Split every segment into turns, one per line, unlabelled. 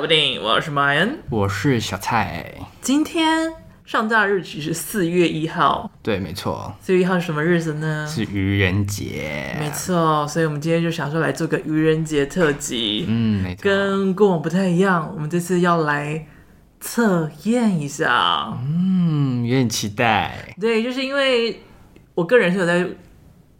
部电影，我是 Ryan。
我是小蔡。
今天上架日期是四月一号，
对，没错，
四月一号是什么日子呢？
是愚人节。
没错，所以我们今天就想说来做个愚人节特辑。
嗯，没错。
跟过往不太一样，我们这次要来测验一下。
嗯，有点期待。
对，就是因为我个人是有在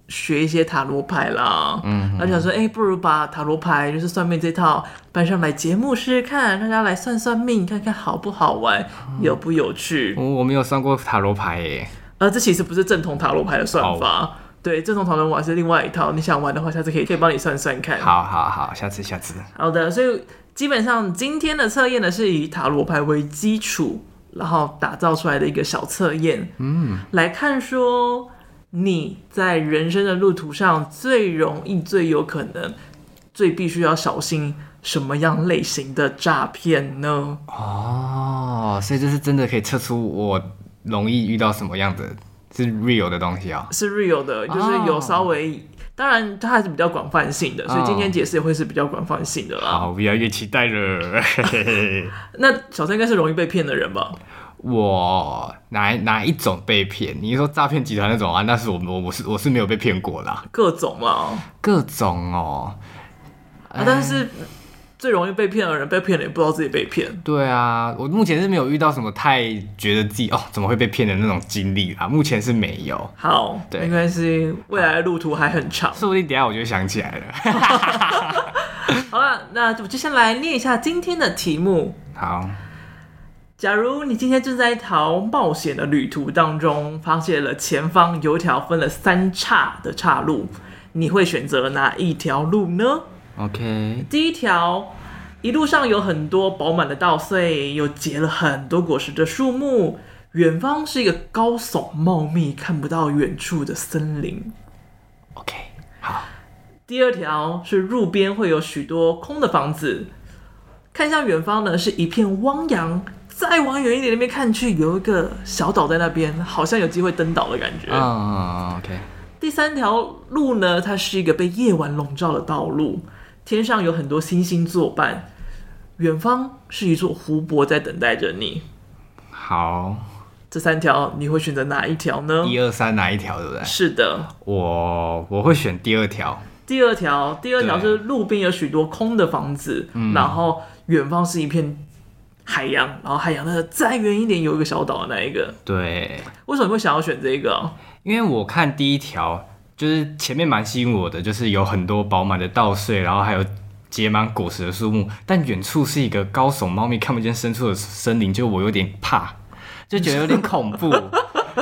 学一些塔罗牌啦，嗯，然后想说，哎、不如把塔罗牌就是算命这套搬上来节目试试看，让大家来算算命，看看好不好玩，有不有趣。
我我没有算过塔罗牌耶。
呃，这其实不是正统塔罗牌的算法。对，正统塔罗牌是另外一套，你想玩的话，下次可以可以帮你算算看。
好好好，下次下次。
好的，所以基本上今天的测验呢是以塔罗牌为基础，然后打造出来的一个小测验，嗯，来看说你在人生的路途上最容易、最有可能、最必须要小心什么样类型的诈骗呢？
哦，所以这是真的可以测出我容易遇到什么样的，是 real 的东西哦。
是 real 的，就是有稍微。当然，它还是比较广泛性的，所以今天解释也会是比较广泛性的啦。
嗯好，越来越期待了。 嘿嘿嘿
那小三应该是容易被骗的人吧？
我哪哪一种被骗？你是说诈骗集团那种啊？那是我我我是我是没有被骗过啦。
各种嘛，
各种哦。
啊，但
哎
是最容易被骗的人，被骗了也不知道自己被骗。
对啊，我目前是没有遇到什么太觉得自己哦怎么会被骗的那种经历啊，目前是没有，
好，
对
没关系，未来的路途还很 长。
说不定等一下我就想起来了。
好了，那我就先来念一下今天的题目。
好，
假如你今天正在一条冒险的旅途当中，发现了前方有一条分了三岔的岔路，你会选择哪一条路呢？
，OK，
第一条，一路上有很多饱满的稻穗，又结了很多果实的树木。远方是一个高耸茂密、看不到远处的森林。
OK，好，
第二条是路边会有许多空的房子，看向远方呢是一片汪洋。再往远一点那边看去，有一个小岛在那边，好像有机会登岛的感觉。
嗯，OK，
第三条路呢，它是一个被夜晚笼罩的道路，天上有很多星星作伴，远方是一座湖泊在等待着你。
好，
这三条你会选择哪一条呢？
一二三哪一条对不对？
是的，
我我会选第二条，
第二条，第二条
对
是路边有许多空的房子，
嗯
然后远方是一片海洋，然后海洋的再远一点有一个小岛的那一个。
对，
为什么你会想要选这个啊、
因为我看第一条就是前面蛮吸引我的，就是有很多饱满的稻穗，然后还有。结满果实的树木，但远处是一个高耸茂密、看不见深处的森林，就我有点怕，就觉得有点恐 怖，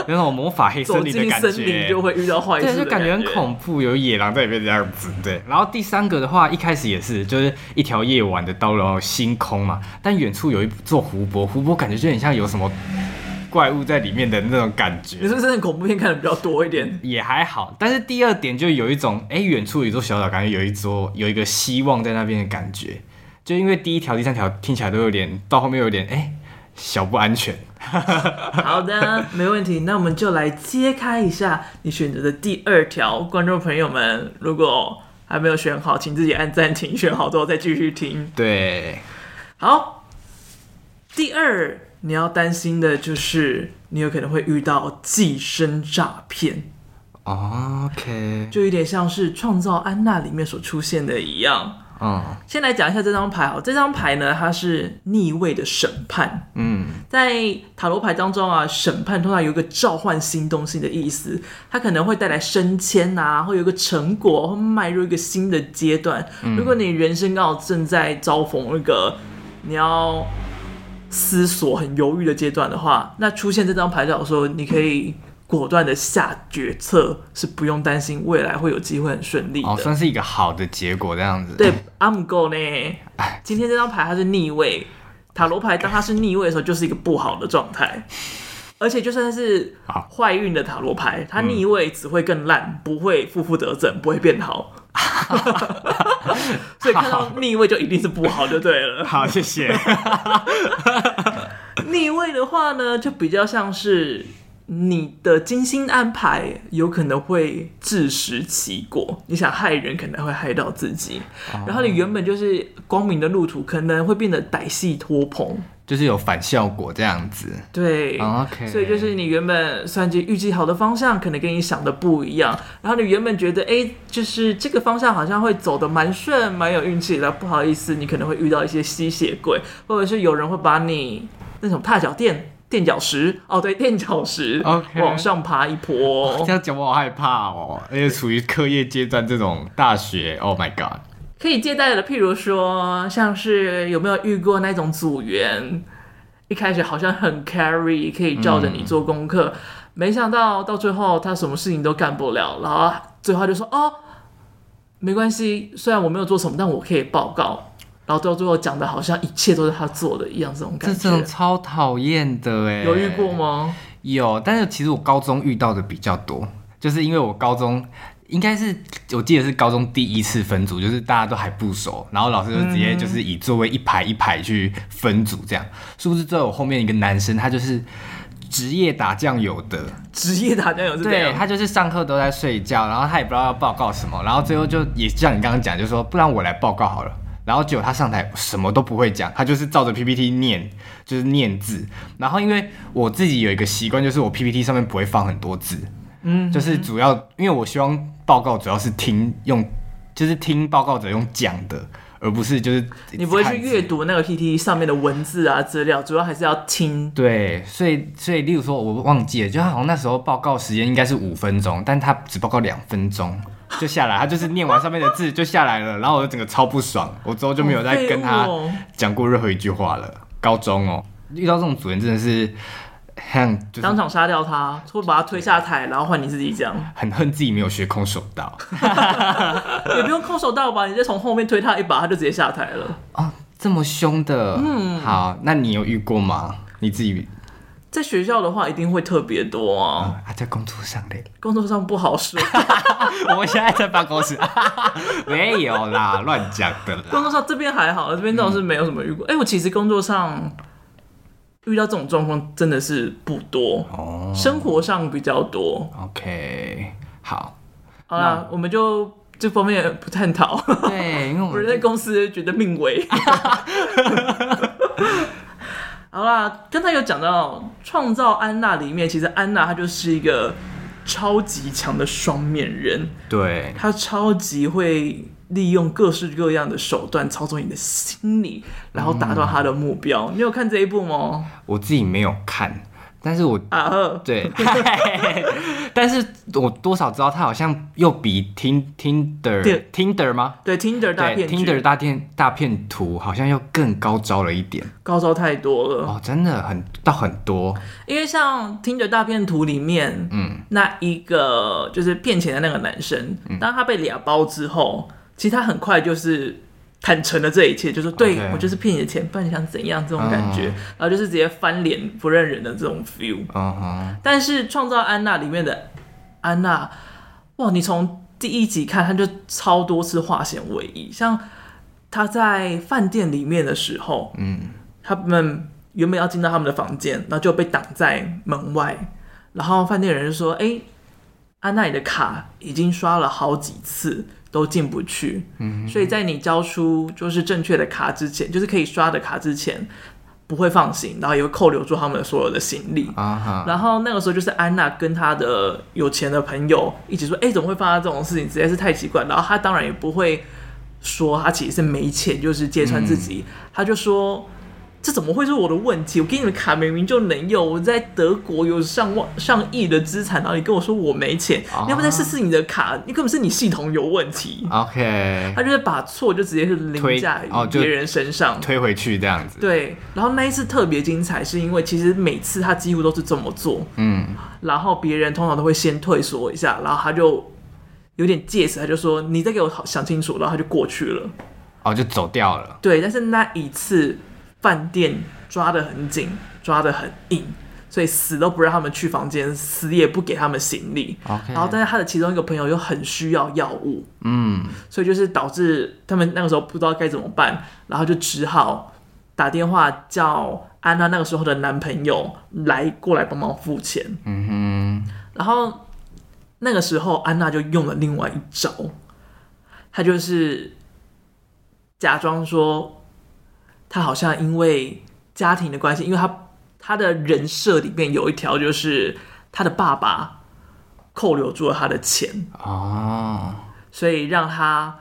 有种魔法黑
走
森林的
进
感觉。
森林就会遇到坏事
对，
的
就感
觉
觉很。恐怖，有野狼在里面这样子。对，然后第三个的话，一开始也是，就是一条夜晚的道路，然后星空嘛，但远处有一座湖泊，湖泊感觉就很像有什么怪物在里面的那种感
你
觉。
是不是真的恐怖片看的比较多一点？
也还好，但是第二点就有一种，哎、远处有一座小岛，感觉有一座有一个希望在那边的感觉。就因为第一条、第三条听起来都有点，到后面有点，哎、小不安全。
好的，没问题。那我们就来揭开一下你选择的第二条，观众朋友们，如果还没有选好，请自己按暂停，选好之后再继续听。
对，
好，第二你要担心的就是你有可能会遇到寄生诈骗，哦
，OK，
就有点像是《创造安娜》里面所出现的一样。
嗯
先来讲一下这张牌哦，这张牌呢，它是逆位的审判。
嗯，
在塔罗牌当中啊，审判通常有一个召唤新东西的意思，它可能会带来升迁啊，会有一个成果，会迈入一个新的阶段。如果你人生刚好正在遭逢一个你要思索很犹豫的阶段的话，那出现这张牌代表说你可以果断的下决策，是不用担心未来会有机会很顺利的。
哦，算是一个好的结果这样子。
对，阿姆够呢。今天这张牌它是逆位，塔罗牌当它是逆位的时候，就是一个不好的状态。而且就算是
好
坏运的塔罗牌，它逆位只会更烂，不会负负得正，不会变好。所以看到逆位就一定是不好，就对了。
好，谢 谢。
逆位的话呢，就比较像是你的精心安排有可能会自食其果。你想害人，可能会害到自己。然后你原本就是光明的路途，可能会变得歹戏拖棚。
就是有反效果这样子。
对、
哦 OK
所以就是你原本算计预计好的方向，可能跟你想的不一样。然后你原本觉得，哎，就是这个方向好像会走的蛮顺，蛮有运气的。不好意思，你可能会遇到一些吸血鬼，或者是有人会把你那种踏脚垫。垫脚石哦，对，垫脚石
OK
往上爬一坡
这，样讲我好害怕哦，而且处于课业阶段这种大学，Oh my god！
可以借贷的，譬如说，像是有没有遇过那种组员，一开始好像很 carry，可以照着你做功课，没想到到最后他什么事情都干不了，然后最后他就说哦，没关系，虽然我没有做什么，但我可以报告。然后到最后讲的好像一切都是他做的一样，这种
这
感
种
觉。
超讨厌的哎，
有遇过？吗？
有，但是其实我高中遇到的比较多，就是因为我高中应该是我记得是高中第一次分组，就是大家都还不熟，然后老师就直接就是以座位一排一排去分组这样。殊不知最后我后面一个男生，他就是职业打酱油的，
职业打酱油是这
对
样，
他就是上课都在睡觉，然后他也不知道要报告什么，然后最后就也像你刚刚讲，就说不然我来报告好了。然后结果他上台什么都不会讲，他就是照着 PPT 念，就是念字。然后因为我自己有一个习惯，就是我 PPT 上面不会放很多字，嗯，就是主要因为我希望报告主要是听用，就是听报告者用讲的，而不是就是
你不会去
看字
阅读那个 PPT 上面的文字啊资料，主要还是要听
对，所以所以，例如说，我忘记了，就他好像那时候报告时间应该是五分钟，但他只报告两分钟就下来，他就是念完上面的字就下来了，然后我就整个超不爽，我之后就没有再跟他
好废物哦
讲过任何一句话了。高中哦，遇到这种主任真的是很就是
当场杀掉他，会把他推下台，然后换你自己 讲，
很恨自己没有学空手道
也不用空手道吧？你再从后面推他一把，他就直接下台了。
哦，这么凶的，嗯，好，那你有遇过吗？你自己
在学校的话，一定会特别多啊，
啊，在工作上嘞，
工作上不好说，
我现在在办公室， 没有啦，乱讲的啦。
工作上这边还好，这边倒是没有什么遇
嗯
过。哎、我其实工作上遇到这种状况真的是不多，
哦
生活上比较多。
OK，好，
好啦，我们就这方面不探讨。
对，因为我
我
们
人在公司觉得命为。 好啦，刚才有讲到《创造安娜》里面，其实安娜她就是一个超级强的双面人，
对
她超级会利用各式各样的手段操纵你的心理，然后达到
嗯
她的目标。你有看这一部吗？
我自己没有看，但是我
啊呵，
对，但是我多少知道他好像又比 Tin Tinder
对
Tinder 吗？
对，Tinder 大
对
骗局
，Tinder 大片大片图好像又更高招了一点
高招太多了。
哦，真的很到很多，
因为像《听着大片图》里面，
嗯，
那一个就是骗钱的那个男生，当他被俩包之后，其实他很快就是坦诚了这一切，就说对
OK 啊
我就是骗你的钱，不然你想怎样这种感觉，然后就是直接翻脸不认人的这种 feel。
嗯哼，
但是《创造安娜》里面的安娜，哇，你从第一集看，她就超多次化险为夷。像她在饭店里面的时候，嗯，他们原本要进到他们的房间，然后就被挡在门外。然后饭店人就说：“哎、安娜，你的卡已经刷了好几次，都进不去。嗯，所以在你交出就是正确的卡之前，就是可以刷的卡之前，不会放行，然后也会扣留住他们所有的行李。
啊哈，
然后那个时候就是安娜跟她的有钱的朋友一起说：“哎、怎么会发生这种事情？实在是太奇怪。”然后她当然也不会说她其实是没钱，就是揭穿自
嗯
己。她就说：“这怎么会是我的问题？我给你们卡明明就能用，我在德国有上万上亿的资产，然后你跟我说我没钱，
啊
你要不再试试你的卡？你根本是你系统有问题。
，OK，
她就是把错就直接是凌
推
驾于
哦就
别人身上，
推回去这样子，
对，然后那一次特别精彩，是因为其实每次他几乎都是这么做，
嗯，
然后别人通常都会先退缩一下，然后他就有点戒尺，他就说你再给我好想清楚，然后他就过去了。
哦，就走掉了，
对，但是那一次饭店抓得很紧，抓得很硬，所以死都不让他们去房间，死也不给他们行李。
OK
然后，但是他的其中一个朋友又很需要药物，
嗯，
所以就是导致他们那个时候不知道该怎么办，然后就只好打电话叫安娜那个时候的男朋友来过来帮忙付钱。嗯然后那个时候，安娜就用了另外一招，她就是假装说，她好像因为家庭的关系，因为她她的人设里面有一条就是她的爸爸扣留住了她的钱，
哦，
所以让她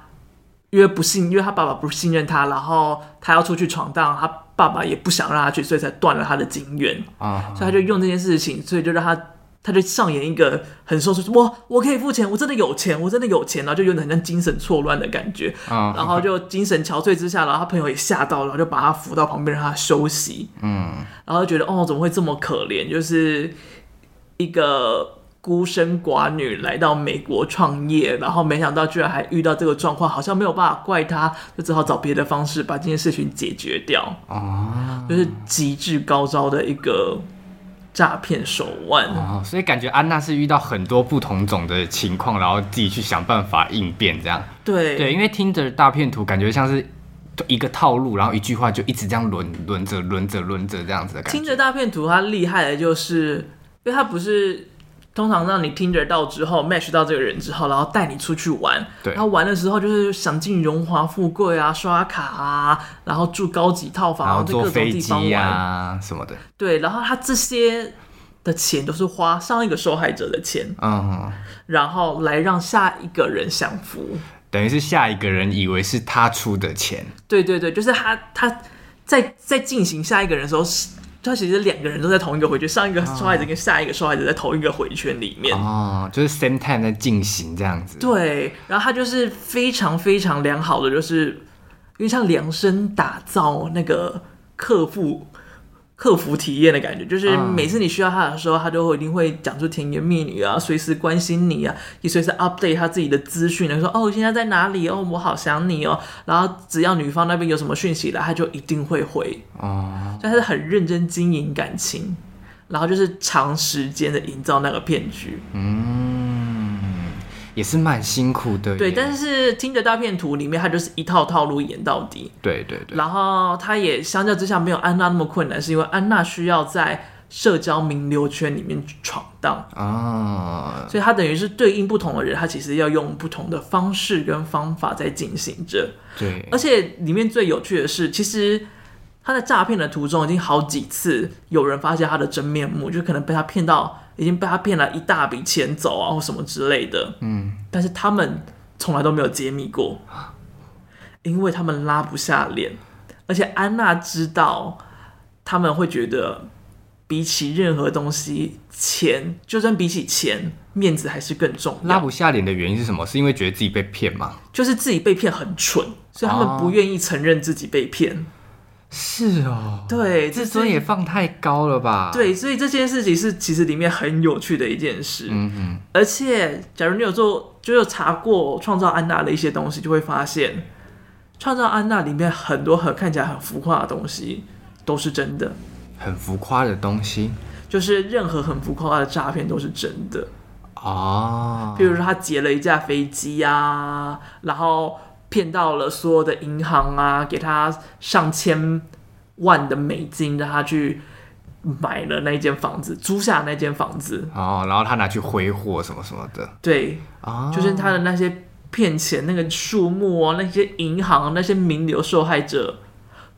因为不信，因为她爸爸不信任她，然后她要出去闯荡，她爸爸也不想让她去，所以才断了她的金源。
啊，
所以他就用这件事情，所以就让他他就上演一个很受说哇，我可以付钱，我真的有钱，我真的有钱，然后就有点很像精神错乱的感觉，
啊
然后就精神憔悴之下，然后他朋友也吓到了，然后就把他扶到旁边让他休息，
嗯，
然后就觉得哦怎么会这么可怜，就是一个。孤身寡女来到美国创业，然后没想到居然还遇到这个状况，好像没有办法怪他，就只好找别的方式把这件事情解决掉。
哦，
就是极致高招的一个诈骗手腕。
哦，所以感觉安娜是遇到很多不同种的情况，然后自己去想办法应变这样。
对
对，因为听着大片图感觉像是一个套路，然后一句话就一直这样轮轮着轮着轮着这样子的感觉。
听着大片图，它厉害的就是，因为它不是通常让你听着到之后 match 到这个人之后，然后带你出去玩，
对
然后玩的时候就是享尽荣华富贵啊，刷卡啊，然后住高级套房，
然后
在
坐
各种
飞
地方
机
玩，
啊什么的，
对，然后他这些的钱都是花上一个受害者的钱，
嗯，
然后来让下一个人享福。
等于是下一个人以为是他出的钱，
对对对，就是他他在在进行下一个人的时候，是他其实两个人都在同一个回圈，上一个受害者跟下一个受害者在同一个回圈里面。
哦，就是 same time 在进行这样子。
对，然后他就是非常非常良好的，就是因为像量身打造那个客户。客服体验的感觉，就是
嗯
每次你需要他的时候，他都会一定会讲出甜言蜜语啊，随时关心你啊，也随时 update 他自己的资讯啊，说哦现在在哪里哦，我好想你哦。然后只要女方那边有什么讯息来，他就一定会回。
哦，
所以他是很认真经营感情，然后就是长时间的营造那个骗局。
嗯，也是蛮辛苦的耶。
对，但是听着大片图里面，他就是一套套路演到底。
对对对，
然后他也相较之下没有安娜那么困难，是因为安娜需要在社交名流圈里面闯荡，
嗯哦，
所以他等于是对应不同的人，他其实要用不同的方式跟方法在进行着。
对
而，且里面最有趣的是，其实他在诈骗的途中已经好几次有人发现他的真面目，就可能被他骗到已经被他骗了一大笔钱走啊，或什么之类的。嗯，但是他们从来都没有揭秘过，因为他们拉不下脸，而且安娜知道他们会觉得。比起任何东西，钱就算比起钱，面子还是更重要。
拉不下脸的原因是什么？是因为觉得自己被骗吗？
就是自己被骗很蠢，所以他
哦
们不愿意承认自己被骗。
是哦，
对，这
自尊也放太高了吧？，
对，所以这件事情是其实里面很有趣的一件事。
嗯嗯，
而且，假如你有做，就有查过创造安娜的一些东西，就会发现，创造安娜里面很多很看起来很浮夸的东西都是真的，
很浮夸的东西
就是任何很浮夸的诈骗都是真的。
哦
譬，如说，他劫了一架飞机啊，然后骗到了所有的银行啊，给他上千万的美金，让他去买了那间房子，租下那间房子。
哦，然后他拿去挥霍什么什么的
对，
啊，
就是他的那些骗钱那个数目哦，那些银行那些名流受害者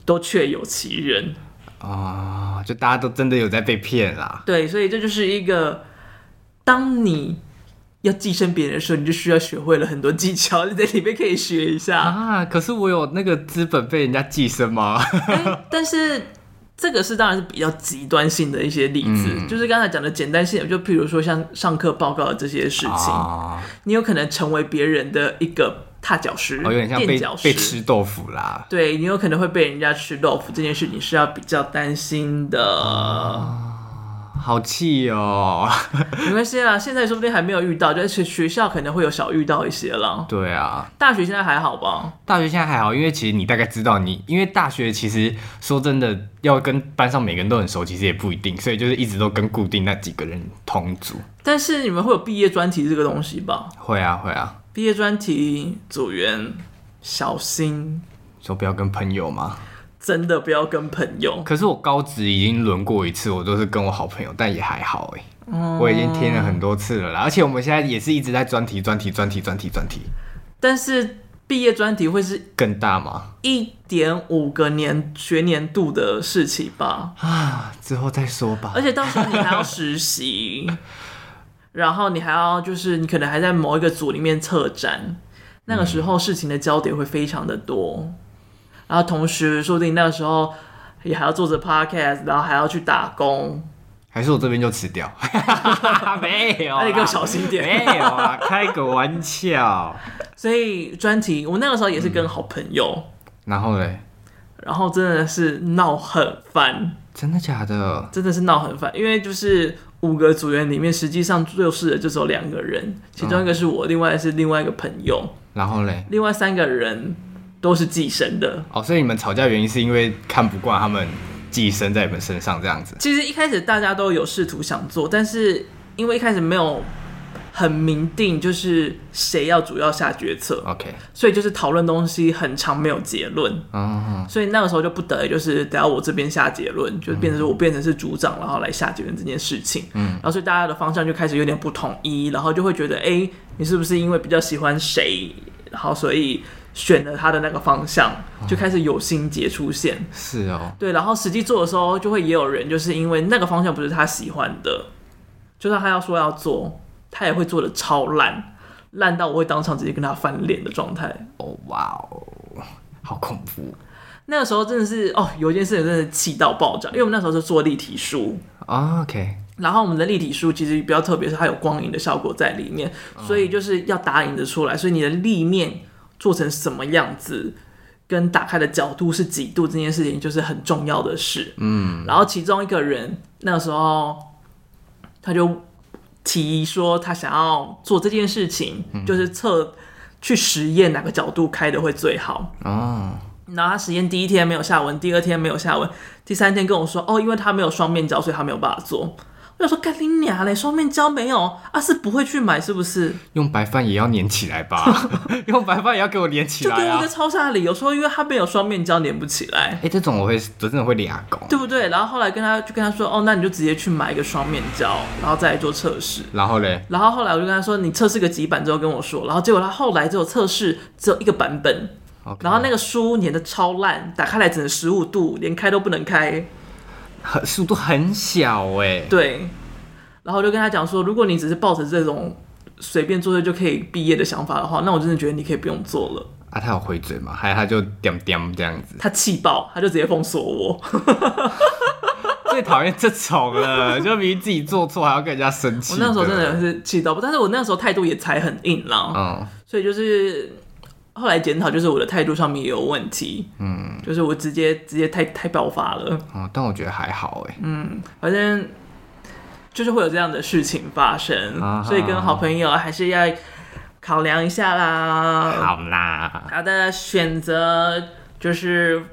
都确有其人。
哦，就大家都真的有在被骗啦。
对，所以这就是一个，当你要寄生别人的时候，你就需要学会了很多技巧，你在里面可以学一 下。
啊！可是我有那个资本被人家寄生吗？
哎但是这个是当然是比较极端性的一些例子，
嗯
就是刚才讲的简单性，就譬如说像上课报告的这些事情，
啊，
你有可能成为别人的一个踏脚石，
哦，有点像被
垫脚石
被吃豆腐啦。
对你有可能会被人家吃豆腐，这件事情是要比较担心的。
好气哦！
没关系啊啦，现在说不定还没有遇到，但是学校可能会有小遇到一些啦。
对啊，
大学现在还好吧？
大学现在还好，因为其实你大概知道你，因为大学其实说真的，要跟班上每个人都很熟，其实也不一定，所以就是一直都跟固定那几个人同组。
但是你们会有毕业专题这个东西吧？
会啊，会啊，
毕业专题组员小心，
说不要跟朋友嘛。
真的不要跟朋友。
可是我高职已经轮过一次，我都是跟我好朋友，但也还好哎、我已经听了很多次了啦，而且我们现在也是一直在专题、专题、专题、专题、专题，
但是毕业专题会是
更大嘛
一点五个年学年度的事情吧，
啊，之后再说吧
而。且到时候你还要实习，然后你还要就是你可能还在某一个组里面策展，那个时候事情的焦点会非常的多，然后同时说不定那个时候也还要做着 podcast，然后还要去打工，
还是我这边就辞 掉？没有啦，
那你给我小心点。
没有啊，开个玩笑。
所以专题，我那个时候也是跟好朋友，
然后嘞，
然后真的是闹很翻，
真的假的？
真的是闹很翻，因为就是五个组员里面，实际上做事的就只有两个人，其中一个是我，另外是另外一个朋友，
然后嘞，
另外三个人都是寄生的。
哦，所以你们吵架原因是因为看不惯他们寄生在你们身上这样子。
其实一开始大家都有试图想做，但是因为一开始没有很明定就是谁要主要下决策，
OK，
所以就是讨论东西很长没有结论。
嗯，
所以那个时候就不得已，就是得要我这边下结论，就变成是我变成是组长，然后来下结论这件事情。嗯，然后所以大家的方向就开始有点不统一，然后就会觉得，哎、你是不是因为比较喜欢谁，然后所以选了他的那个方向，就开始有心结出现。
是哦，
对，然后实际做的时候，就会也有人就是因为那个方向不是他喜欢的，就算他要说要做，他也会做的超烂，烂到我会当场直接跟他翻脸的状态。
哦哇哦，好恐怖
那个时候真的是哦，有一件事情真的是气到爆炸，因为我们那时候是做立体书，
啊 OK，
然后我们的立体书其实比较特别，是它有光影的效果在里面，所以就是要打影子出来，所以你的立面做成什么样子，跟打开的角度是几度，这件事情就是很重要的事。嗯，然后其中一个人那个时候他就提说他想要做这件事情，就是测去实验哪个角度开的会最好。
哦，
然后他实验第一天没有下文，第二天没有下文，第三天跟我说，哦，因为他没有双面胶，所以他没有办法做。我想说，干你娘嘞，双面胶没有啊，是不会去买是不是？
用白饭也要粘起 来吧？用白饭也要给我粘起
就给
来
我一
啊
个！超差的理由，说因为他没有双面胶粘不起来，
哎、这种我会真的会俩狗，
对不对？然后后来跟他就跟他说，哦，那你就直接去买一个双面胶，然后再来做测试。
然后嘞，
然后后来我就跟他说，你测试个几版之后跟我说，然后结果他后来只有测试只有一个版本，
OK
然后那个书粘的超烂，打开来只能十五度，连开都不能开。
很速度很小哎、
对，然后我就跟他讲说，如果你只是抱着这种随便做做就可以毕业的想法的话，那我真的觉得你可以不用做了。
啊，他有回嘴吗？还是他就点点这样子？
他气爆，他就直接封锁我。
最讨厌这种了， 就明明自己做错还要跟人家生气。
我那时候真的，是气到爆，但是我那时候态度也才很硬啦，
嗯，
所以就是后来检讨，就是我的态度上面也有问题。嗯，就是我直接直接太太爆发了，
哦，但我觉得还好哎、
嗯反正。就是会有这样的事情发生，
啊哈
所以跟好朋友还是要考量一下啦。
好啦，
他的选择就是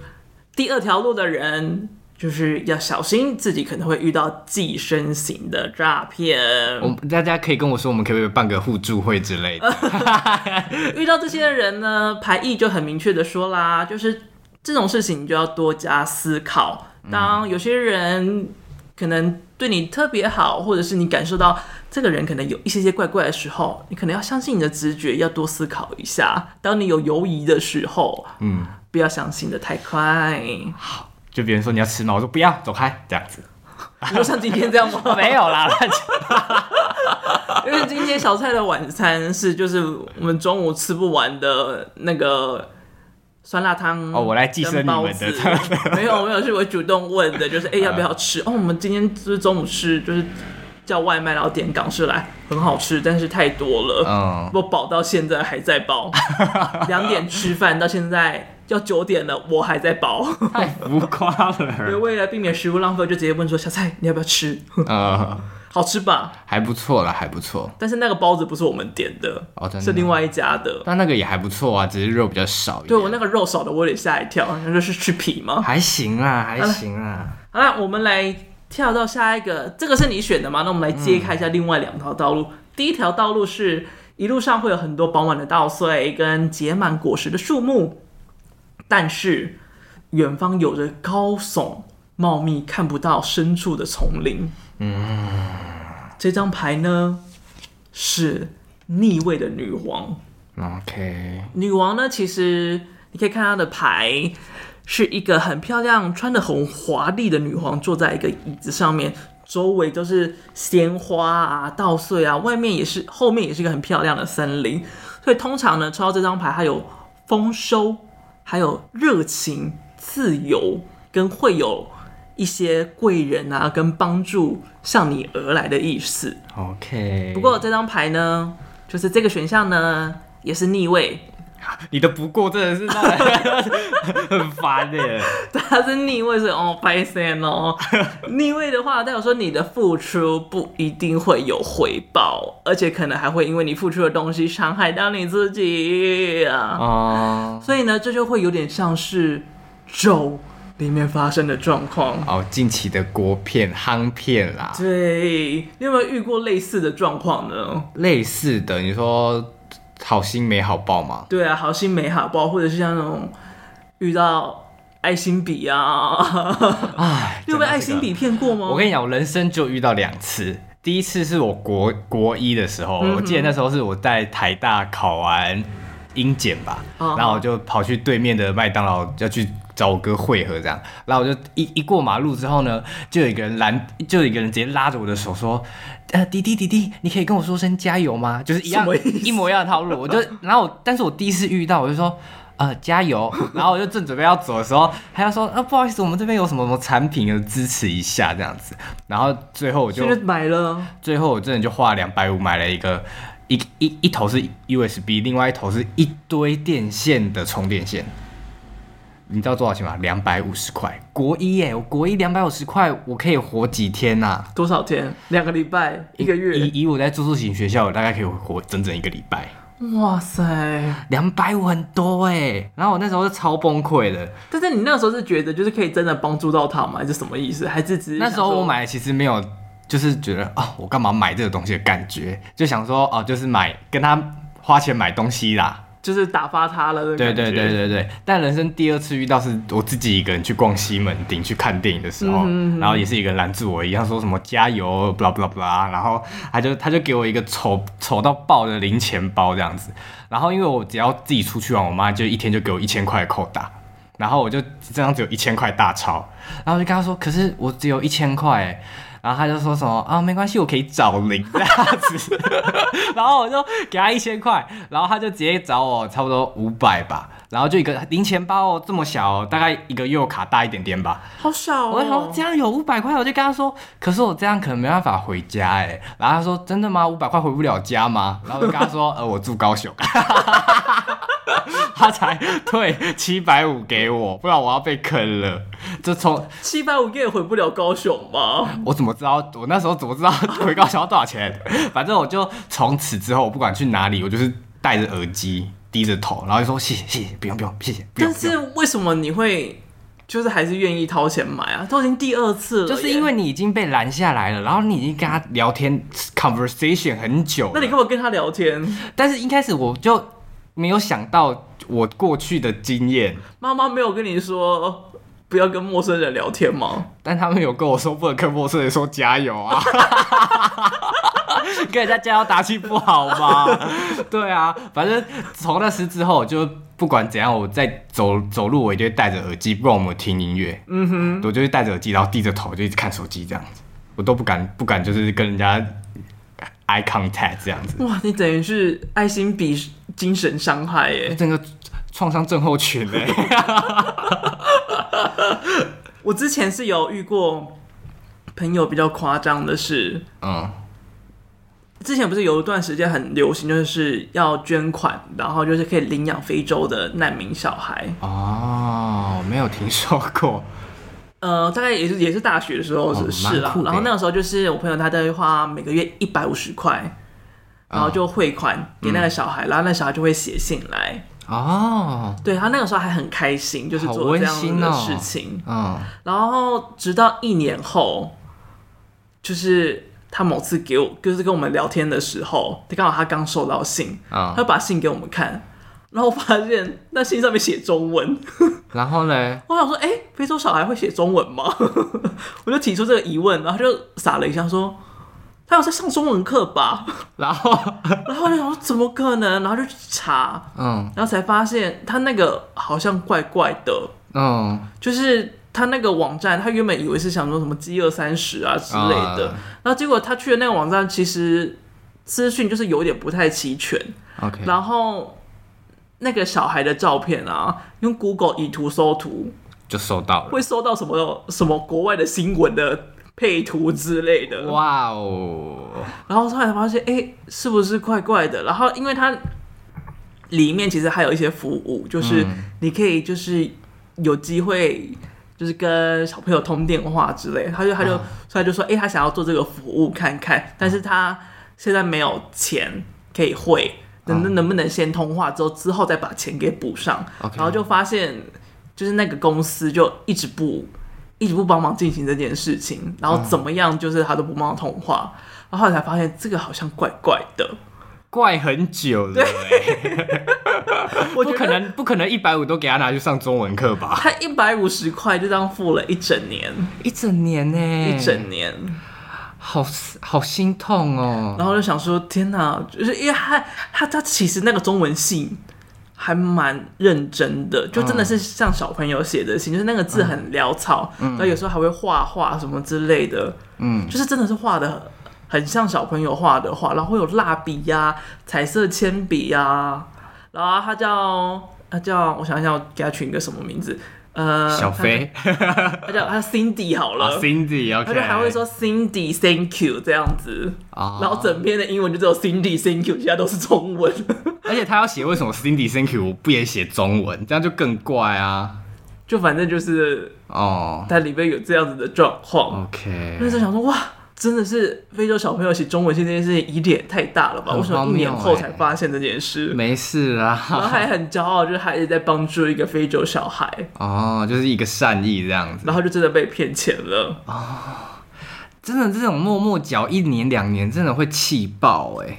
第二条路的人，就是要小心自己可能会遇到寄生型的诈骗。
我大家可以跟我说，我们可不可以办个互助会之类
嗯
的？
遇到这些人呢，牌意就很明确的说啦，就是这种事情你就要多加思考。当有些人可能对你特别好，或者是你感受到这个人可能有一些些怪怪的时候，你可能要相信你的直觉，要多思考一下。当你有犹疑的时候，
嗯，
不要相信的太快。
就别人说你要吃吗？我说不要，走开，这样 子。
你说像今天这样吗？
没有啦，乱讲
因为今天小蔡的晚餐是就是我们中午吃不完的那个酸辣汤
哦我来寄生你们的嗯
跟包子没有没有，是我主动问的，就是哎、要不要吃？哦，我们今天就是中午吃就是叫外卖，然后点港式来，很好吃，但是太多了，
嗯，
我饱到现在还在 饱，两点吃饭到现在要九点了，我还在饱。
太浮夸
所以
了。
为了避免食物浪费，我就直接问说小蔡你要不要吃？
呃，
好吃吧？
还不错啦，还不错。
但是那个包子不是我们点的，
哦真的
是另外一家的。
但那个也还不错啊，只是肉比较少一点。
对我那个肉少的，我有点吓一跳，那就是去皮 吗？
还行啦，还行啦。
好啦，我们来跳到下一个，这个是你选的吗？那我们来揭开一下另外两条道路。第一条道路是一路上会有很多饱满的稻穗跟结满果实的树木，但是远方有着高耸茂密、看不到深处的丛林。嗯，这张牌呢是逆位的女王。嗯
OK，
女王呢，其实你可以看她的牌，是一个很漂亮、穿的很华丽的女皇，坐在一个椅子上面，周围都是鲜花啊、稻穗啊，外面也是，后面也是一个很漂亮的森林。所以通常呢，抽到这张牌，它有丰收，还有热情、自由，跟会有一些贵人啊，跟帮助向你而来的意思。
OK，
不过这张牌呢，就是这个选项呢，也是逆位，
你的不过真的是让 人很烦耶。
对，它是逆位，所以哦，拜森 哦。逆位的话，代表说你的付出不一定会有回报，而且可能还会因为你付出的东西伤害到你自己啊。
哦，
所以呢，这就会有点像是咒里面发生的状况。
哦，近期的国片、夯片啦，
对，你有没有遇过类似的状况呢？
类似的，你说好心没好报吗？
对啊，好心没好报，或者是像那种遇到爱心笔 啊，
哎，
你有被
讲到
爱
这
心
个
笔骗过吗？
我跟你讲，我人生就遇到两次。第一次是我国国一的时候，
嗯
我记得那时候是我在台大考完英检吧，
哦
然后我就跑去对面的麦当劳要去找我哥会合，这样，然后我就一一过马路之后呢，就有一个人拦，就有一个人直接拉着我的手说：“呃，弟弟弟弟，你可以跟我说声加油吗？”就是一样
什么意思
一模一样的套路。我就然后我，但是我第一次遇到，我就说。呃，加油！ 然后我就正准备要走的时候，他要说啊，不好意思，我们这边有什么什么产品，有支持一下这样子。然后最后我就
所以就买了。
最后我真的就花了两百五买了一个一一一头是 USB，另外一头是一堆电线的充电线。你知道多少钱吗？两百五十块，国一耶！我国一两百五十块，我可以活几天呐、
多少天？两个礼拜？一个月？
以以我在住宿型学校，我大概可以活整嗯整一个礼拜，
哇塞！
两百五很多哎。然后我那时候是超崩溃的，
但是你那个时候是觉得就是可以真的帮助到他吗？还是什么意思？还是只是
那时候
想说
我买其实没有，就是觉得啊、我干嘛买这个东西的感觉，就想说哦、就是买跟他花钱买东西啦。
就是打发他了的
对
感觉
对对对对，但人生第二次遇到是我自己一个人去逛西门町去看电影的
嗯
时候，然后也是一个人拦住我一样说什么加油，blah blah blah，然后他就他就给我一个丑丑到爆的零钱包这样子，然后因为我只要自己出去玩，我妈就一天就给我一千块的扣打，然后我就这样只有一千块大钞，然后我就跟他说，可是我只有一千块欸。然后他就说什么啊，没关系，我可以找零 这样子， 然后我就给他一千块，然后他就直接找我差不多五百吧，然后就一个零钱包哦，这么小、哦，大概一个右卡大一点点吧。
好少
我就想说
哦
这。样有五百块，我就跟他说，可是我这样可能没办法回家哎。然后他说真的吗？五百块回不了家吗？然后我就跟他说，呃，我住高雄。 他才退七百五给我，不然我要被坑了。这从
七百五也回不了高雄吧？
我怎么知道？我那时候怎么知道回高雄要多少钱？ 反正我就从此之后，我不管去哪里，我就是戴着耳机，低着头，然后就说谢谢谢谢，不用不用，谢谢不用。
但
不
是
用
为什么你会就是还是愿意掏钱买啊？都已经第二次了耶，
就是因为你已经被拦下来了，然后你已经跟他聊天 conversation 很久了，
那你干嘛跟他聊天？
但是一开始我就没有想到我过去的经验，
妈妈没有跟你说不要跟陌生人聊天吗？
但他们有跟我说不能跟陌生人说加油啊， 跟人家加油打气不好吗？ 对啊，反正从那时之后，我就不管怎样，我在走走路，我一定会戴着耳机，不管我们听音乐，嗯哼，我就会戴着耳机，然后低着头就一直看手机这样子，我都不敢不敢就是跟人家 eye contact 这样子，
哇，你等于是爱心比精神伤害耶！
哎整个创伤症候群哎、
我之前是有遇过朋友比较夸张的是，
嗯，
之前不是有一段时间很流行，就是要捐款，然后就是可以领养非洲的难民小孩。
哦，没有听说过。
呃，大概也是也是大学的时候
哦
是是
蛮
啦
酷，的
然后那个时候就是我朋友他在花每个月一百五十块，
啊
然后就汇款给那个小
嗯
孩，然后那小孩就会写信来。
哦，
对他那个时候还很开心，就是
好
做这样
温馨
子的
哦
事情。
嗯，
然后直到一年后，就是他某次给我，就是跟我们聊天的时候，他刚好他刚收到信，
啊
他把信给我们看，然后我发现那信上面写中文，
然后呢，
我想说，哎、非洲小孩会写中文吗？ 我就提出这个疑问，然后他就傻了一下，说他有在上中文课吧？
然后，
然后我就想说怎么可能？然后就去查，
嗯
然后才发现他那个好像怪怪的，
嗯，
就是他那个网站，他原本以为是想说什么饥饿三十啊之类的，
啊
然后结果他去的那个网站其实资讯就是有点不太齐全，
OK，
然后那个小孩的照片啊，用 Google 以图搜图
就收到了。
会搜到什么什么国外的新闻的配图之类的，
哇哦，
然后后来发现，哎、是不是怪怪的？然后因为它里面其实还有一些服务，就是你可以就是有机会。就是跟小朋友通电话之类，他就他就、所以他就说，哎、他想要做这个服务看看，但是他现在没有钱可以汇，能能能不能先通话之后之后再把钱给补上
OK
然后就发现就是那个公司就一直不一直不帮忙进行这件事情，然后怎么样就是他都不帮忙通话，然后后来才发现这个好像怪怪的，
怪很久了、欸，
我觉得
不可能，不可能一百五都给他拿去上中文课吧？
他一百五十块就这样付了一整年，
一整年呢、
一整年，
好好心痛哦。
然后就想说天哪，就是因为他他他其实那个中文信还蛮认真的，就真的是像小朋友写的信，就是那个字很潦草，然后有时候还会画画什么之类的，
嗯，
就是真的是画的很像小朋友画的画，然后会有蜡笔呀、彩色铅笔呀、然后他叫他叫我想一下，我给他取一个什么名字？呃，
小飞
他叫他叫 Cindy 好
啊
了。
，Cindy，OK，、
他就还会说 Cindy Thank you 这样子
哦
然后整篇的英文就只有 Cindy Thank you，其他都是中文。
而且他要写为什么 Cindy Thank you 不也写中文，这样就更怪啊。
就反正就是
哦
它里面有这样子的状况。那
，OK，
时候想说，哇，真的是非洲小朋友写中文系这件事情疑点太大了吧？
很
为什么一
荒谬
年后
欸
才发现这件事？
没事
然后
啦。
还很骄傲，就是还在帮助一个非洲小孩，
哦，就是一个善意这样子。
然后就真的被骗钱
哦
了。
真的，这种默默缴一年两年，真的会气爆哎、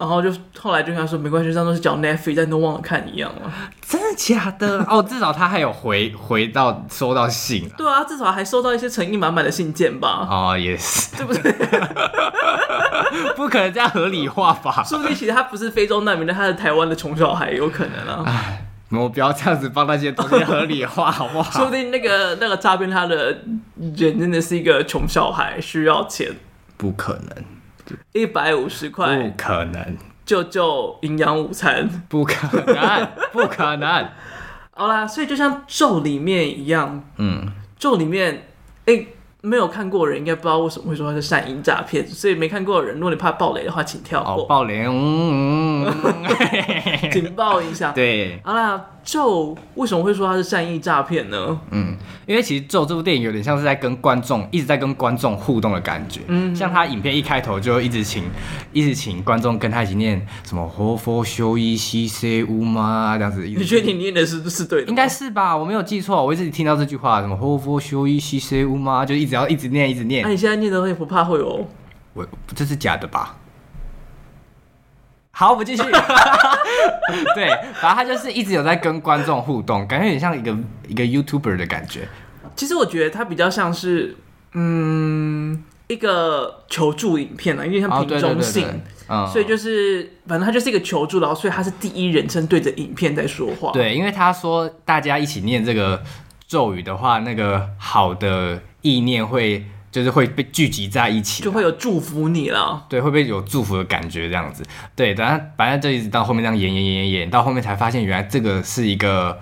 然后就后来就跟他说，没关系，这样都是缴 Netflix，但都忘了看一样了。
真的假 的？哦，至少他还有回回到收到信啊。
对啊，至少还收到一些诚意满满的信件吧，
哦，也是，
对不对？
不可能这样合理化吧？
说不定其实他不是非洲难民，但他是台湾的穷小孩，有可能啊。
我们不要这样子帮那些东西合理化，好不
说
好
不？定那个那个诈骗他的人真的是一个穷小孩，需要钱
不可能，
一百五十
不
块
可能，
救救营养午餐。
不可 能，不可能。
好啦，所以就像咒里面一样，
嗯，
咒里面哎、没有看过的人应该不知道为什么会说它是善意诈骗，所以没看过的人，如果你怕暴雷的话，请跳
哦，
过，
暴雷，嗯，嗯 嗯
警报一下。
对，
好啦，咒为什么会说它是善意诈骗呢？
嗯，因为其实《咒》这部电影有点像是在跟观众一直在跟观众互动的感觉。嗯，像他影片一开头就一直请一直请观众跟他一起念什么“活佛修一西塞乌嘛”这样子。
你
你
确定你念的是是对的吗？
应该是吧？我没有记错，我一直听到这句话，什么“活佛修一西塞乌嘛”，就一直要一直念一直念。
那、啊你现在念的会不怕会有？
我这是假的吧？好，我们继续。 对，反正他就是一直有在跟观众互动，感觉有点像一个一个 YouTuber 的感 觉。
其实我觉得它比较像是，嗯，一个求助影片啊，因为它
哦，
瓶
对对
中
对
性，
对，嗯，
所以就是反正它就是一个求助，然后所以它是第一人称对着影片在说话。，
对，因为他说大家一起念这个咒语的话，那个好的意念会就是会被聚集在一起，
就会有祝福你了。
对，会不会有祝福的感觉这样子？对，然后反正就一直到后面这样演演演演演，到后面才发现原来这个是一个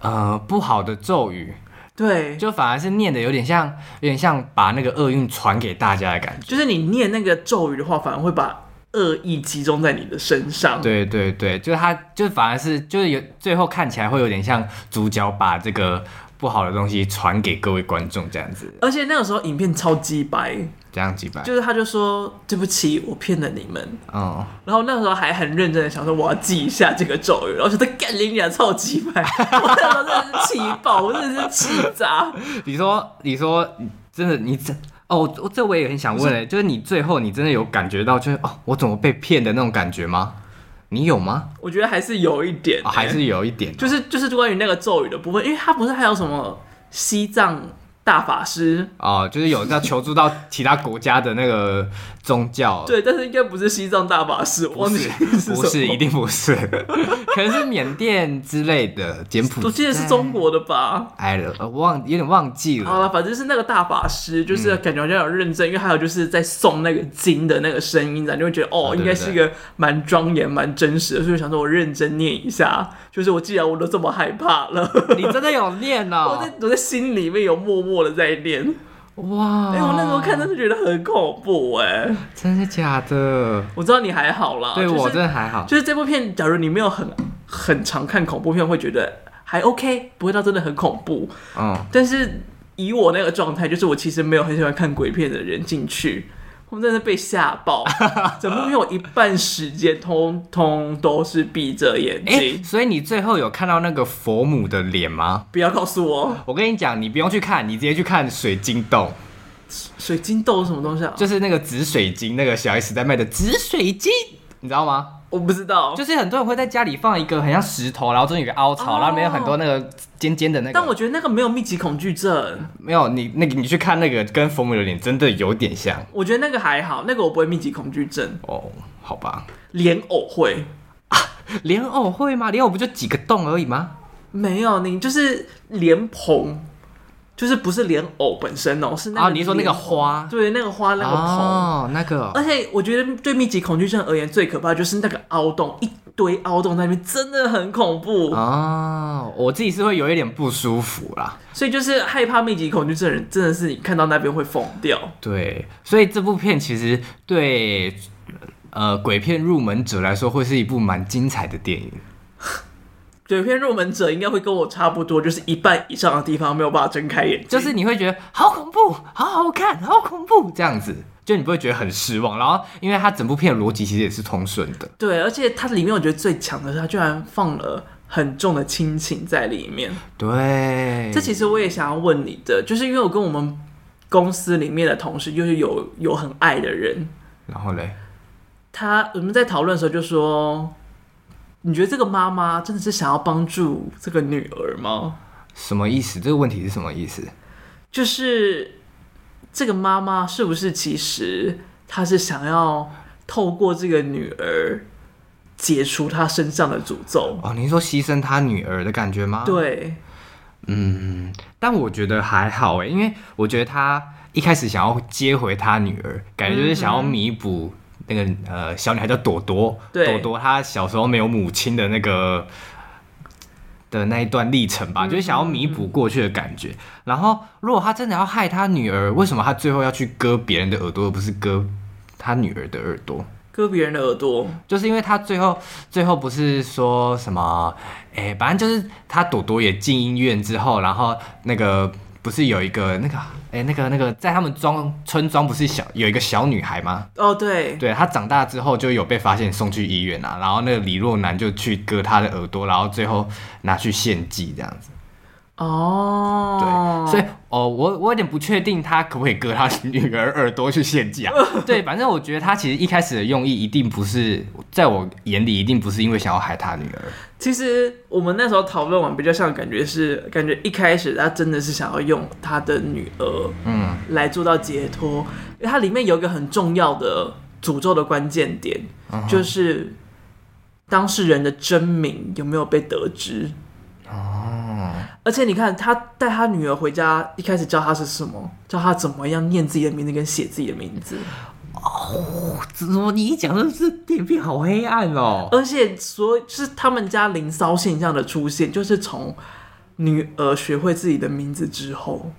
呃不好的咒语，
对，
就反而是念的有点像有点像把那个厄运传给大家的感觉。
就是你念那个咒语的话，反而会把恶意集中在你的身上。
对对对，就是他，就反而是就是有最后看起来会有点像主角把这个不好的东西传给各位观众这样子，
而且那个时候影片超鸡白，
这样几百。
就是他就说对不起，我骗了你们。
哦，
然后那时候还很认真的想说我要记一下这个咒语，然后觉得干你俩超级白，我那时候真的是气爆，我真的是气炸。
你说，你说，真的，你真哦，这这欸我也很想问诶，就是你最后你真的有感觉到，就是哦，我怎么被骗的那种感觉吗？你有吗？
我觉得还是有一点、欸
啊，还是有一点哦、
就是就是关于那个咒语的部分，因为他不是还有什么西藏大法师？
哦，就是有要求助到其他国家的那个宗教，
对，但是应该不是西藏大法师，我
不
忘记
是，
什么
不是，一定不是， 可能是缅甸之类的，柬埔寨，
我记得是中哦国的吧？
哎了，呃忘有点忘记
好
了，
了，反正就是那个大法师，就是
嗯
感觉好像有认真，因为还有就是在诵那个经的那个声音，咱就会觉得哦，
啊对
应该是一个蛮庄严、蛮真实的，所以我想说我认真念一下。就是我既然我都这么害怕了，
你真的有念
我
哦
在，我在心里面有默默的在念。
哇，
哎、我那时候看真的觉得很恐怖哎、
真的假的？
我知道你还好啦，
对
哦就是、
我真的还好，
就是这部片，假如你没有很很常看恐怖片，会觉得还 OK，不会到真的很恐怖。
嗯，
但是以我那个状态，就是我其实没有很喜欢看鬼片的人进去，我们真的被吓 爆。整部片我一半时间通通都是闭着眼
哎、
睛，
所以你最后有看到那个佛母的脸吗？
不要告诉我
我跟你讲，你不用去看，你直接去看水晶洞，
哦水晶豆是什么东西啊？
就是那个紫水晶，那个小 S 在卖的紫水晶，你知道吗？
我不知道，
就是很多人会在家里放一个很像石头，然后中间有个凹
哦
槽，然后里面有很多那个尖尖的那个。
但我觉得那个没有密集恐惧症，
没有你那个，你去看那个跟冯母的脸真的有点像
我觉得那个还好，那个我不会密集恐惧症，
哦，好吧？
莲藕会。
莲藕会吗？莲藕不就几个洞而已吗？
没有，你就是莲蓬，就是不是莲藕本身哦，是那个、
啊，你是说那个，花，
对，那个花那个蓬。
哦，那个
而且我觉得对密集恐惧症而言，最可怕的就是那个凹洞，一堆凹洞在那边，真的很恐怖。
哦，我自己是会有一点不舒服啦。
所以就是害怕密集恐惧症的人，真的是你看到那边会疯掉。
对，所以这部片其实对呃鬼片入门者来说，会是一部蛮精彩的电影。
鬼片入门者应该会跟我差不多，就是一半以上的地方没有办法睁开眼睛，
就是你会觉得好恐怖，好好看，好恐怖这样子，就你不会觉得很失望。然后，因为它整部片的逻辑其实也是通顺的，
对。而且它里面我觉得最强的是，它居然放了很重的亲情在里面。
对，
这其实我也想要问你的，就是因为我跟我们公司里面的同事，就是有有很爱的人，
然后嘞，
他我们在讨论的时候就说，你觉得这个妈妈真的是想要帮助这个女儿吗？
什么意思？这个问题是什么意思？
就是这个妈妈是不是其实她是想要透过这个女儿解除她身上的诅咒？
哦，您说牺牲他女儿的感觉吗？，
对，
嗯，但我觉得还好哎，因为我觉得他一开始想要接回他女儿，感觉就是想要弥补。那个呃，小女孩叫朵朵，
对
朵朵她小时候没有母亲的那个的那一段历程吧，就是想要弥补过去的感觉。然后，如果他真的要害他女儿，为什么他最后要去割别人的耳朵，而不是割他女儿的耳朵？
割别人的耳朵，
就是因为他最后最后不是说什么，哎、反正就是他朵朵也进医院之后，然后那个不是有一个那个哎、那个那个在他们庄村庄不是小有一个小女孩吗？
哦，对，
对她长大之后就有被发现送去医院啊，然后那个李若男就去割她的耳朵，然后最后拿去献祭这样子。对，
哦，
所以哦，我我有点不确定他可不可以割他女儿耳朵去献 祭啊？对，反正我觉得他其实一开始的用意一定不是，在我眼里一定不是因为想要害他女儿。
其实我们那时候讨论完，比较像感觉是，感觉一开始他真的是想要用他的女儿，嗯，来做到解脱。因为它里面有一个很重要的诅咒的关键点，就是当事人的真名有没有被得知。哦，而且你看，他带他女儿回家，一开始教她是什么，教她怎么样念自己的名字跟写自己的名字。
怎么你一讲的是电影好黑暗哦？
而且所有就是他们家零骚现象的出现，就是从女儿学会自己的名字之后，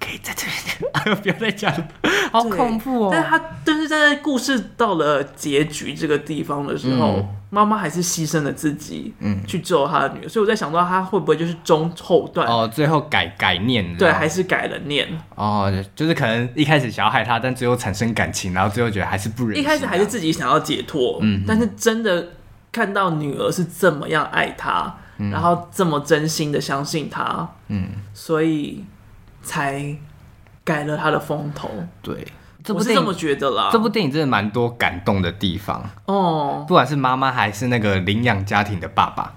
可以在这边，哎呦，不要再讲了，好
对
恐怖
但
哦！
她但是在故事到了结局这个地方的时
嗯
候，妈妈还是牺牲了自己，嗯，去救她的女儿。所以我在想到她会不会就是中后段，
哦，最后改改念了，
对，还是改了念。
哦，就是可能一开始想要害他，但最后产生感情，然后最后觉得还是不忍
一
心啊。
开始还是自己想要解脱，但是真的看到女儿是这么样爱她，然后这么真心的相信她，嗯，所以才改了她的风头。
对，这
我
部
是
电
这
影
么觉得啦。
这部电影真的蛮多感动的地方，
哦，
不管是妈妈还是那个领养家庭的爸爸，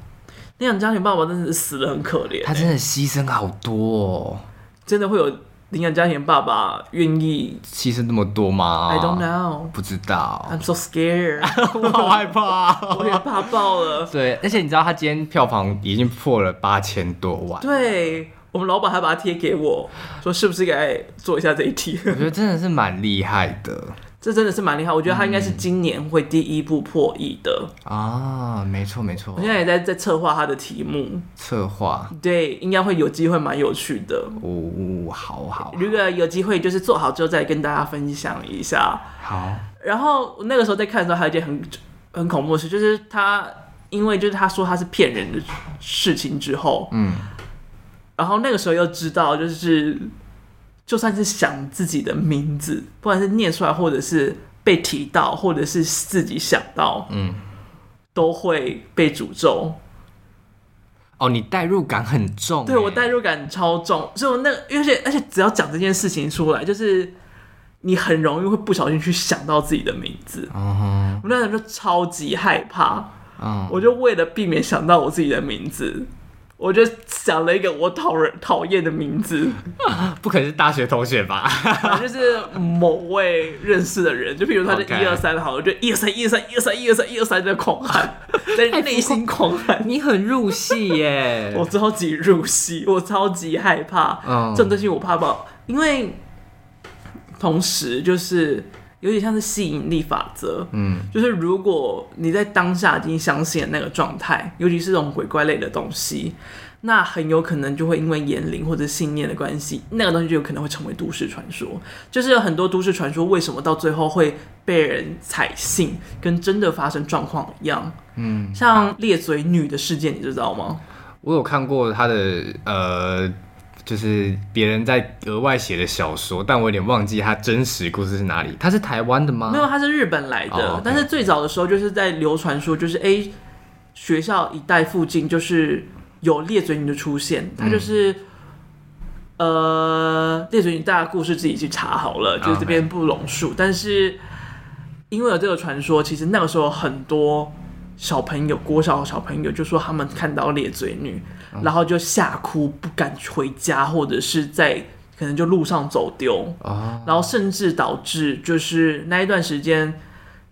那养家庭爸爸真的是死的很可怜、
他真的牺牲好多哦，
真的会有领养家庭爸爸愿意、
牺牲那么多吗
i don't know。
不知道，
I'm so scared，
我好害怕哦、
我也怕爆了。
对，而且你知道他今天票房已经破了八千多万，
对我们老板还把它贴给我，说是不是该做一下这一题？
我觉得真的是蛮厉害的
这真的是蛮厉害，我觉得他应该是今年会第一部破亿的。
啊！没错没错
我，现在也在在策划他的题目，
策划
对，应该会有机会蛮有趣的。
哦，好好
如果有机会，就是做好之后再跟大家分享一下。
好，
然后那个时候在看的时候，还有一件很很恐怖的事，就是他因为就是他说他是骗人的事情之后，
嗯，
然后那个时候又知道就是就算是想自己的名字，不管是念出来，或者是被提到，或者是自己想到，
嗯，
都会被诅咒。
哦，你代入感很重欸，
对我代入感超重，所以我那个而且而且只要讲这件事情出来，就是你很容易会不小心去想到自己的名字。
嗯
我那时候就超级害怕，
哼嗯，
我就为了避免想到我自己的名字，我就想了一个我讨人讨厌的名字，
不可能是大学同学吧？
反正就是某位认识的人，就譬如他是
OK
一二三好了，我就一二三一二三一二三一二三一二三在狂喊，在内心狂喊。
你很入戏 耶
我超级入戏，我超级害怕。
嗯
这种东西我怕爆，因为同时就是有点像是吸引力法则。
嗯，
就是如果你在当下已经相信了那个状态，尤其是这种鬼怪类的东西，那很有可能就会因为言灵或者信念的关系，那个东西就有可能会成为都市传说。就是有很多都市传说为什么到最后会被人采信，跟真的发生状况一样。嗯，像裂嘴女的事件，你知道吗？
我有看过他的呃，就是别人在额外写的小说，但我有点忘记他真实故事是哪里。他是台湾的吗？
没有，它是日本来的。
哦，OK
但是最早的时候就是在流传说，就是哎、诶学校一带附近就是有裂嘴女的出现，它就是、呃裂嘴女大家故事自己去查好了，就是这边不拢述。但是因为有这个传说，其实那个时候很多。小朋友，国小的小朋友就说他们看到裂嘴女，然后就吓哭，不敢回家，或者是在可能就路上走丢。
哦，
然后甚至导致就是那一段时间，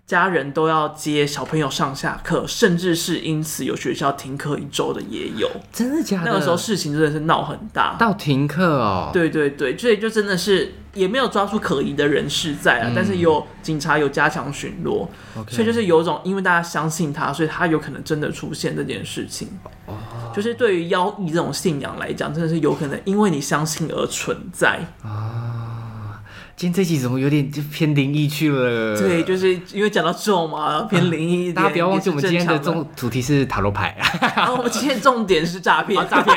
家人都要接小朋友上下课，甚至是因此有学校停课一周的也有。
真的假的？
那个时候事情真的是闹很大，
到停课哦。，
对对对，所以就真的是也没有抓出可疑的人士在
嗯
啊，但是有警察有加强巡逻，所以就是有一种因为大家相信他，所以他有可能真的出现这件事情。
哦
就是对于妖异这种信仰来讲，真的是有可能因为你相信而存 在。
今天这集怎么有点就偏灵异去了？
对，，就是因为讲到咒嘛，偏灵异一点，
大家不要忘记我们今天的
也是正
重主题是塔罗牌，
常的，然后我们今天的重点是诈骗，
啊诈 骗。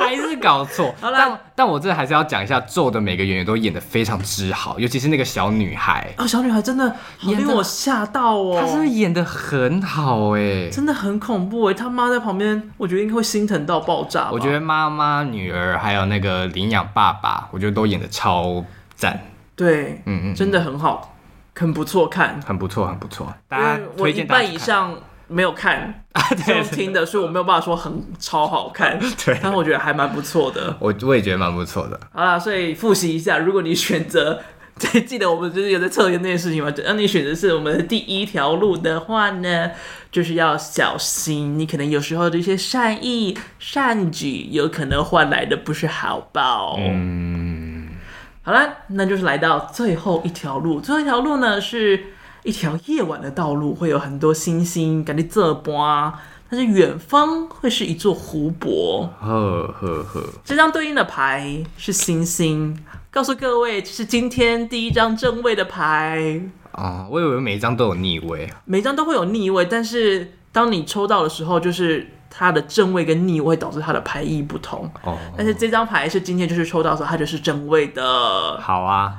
还是搞错。
好啦
但但我这还是要讲一下，咒的每个演员都演得非常之好，尤其是那个小女孩，
哦，小女孩真的好
演
令
得
我吓到哦，
她真的演得很好哎、
真的很恐怖哎，他妈在旁边，我觉得应该会心疼到爆炸吧。
我觉得妈妈、女儿还有那个领养爸爸，我觉得都演得超赞，
对，
嗯嗯，
真的很好，很不错看。
很不错，很不错。大家
因为我
推
一
荐大
半
家
以
去看
上没有看，
啊，
是
对
用，听的，所以我没有办法说很超好看，
对
但我觉得还蛮不错的。
我我也觉得蛮不错的。
好啦，所以复习一下，如果你选择， 记得我们就是有在测验那件事情嘛，让你选择是我们的第一条路的话呢，就是要小心，你可能有时候的一些善意、善举，有可能换来的不是好报。
嗯，
好啦，那就是来到最后一条路，最后一条路呢是一条夜晚的道路，会有很多星星，感觉这波，但是远方会是一座湖泊。
呵呵呵，
这张对应的牌是星星，告诉各位，这是今天第一张正位的牌。
啊、我以为每一张都有逆位，
每张都会有逆位，但是当你抽到的时候，就是它的正位跟逆位导致它的牌意不同。
哦，
但是这张牌是今天就是抽到的时候，它就是正位的。
好啊，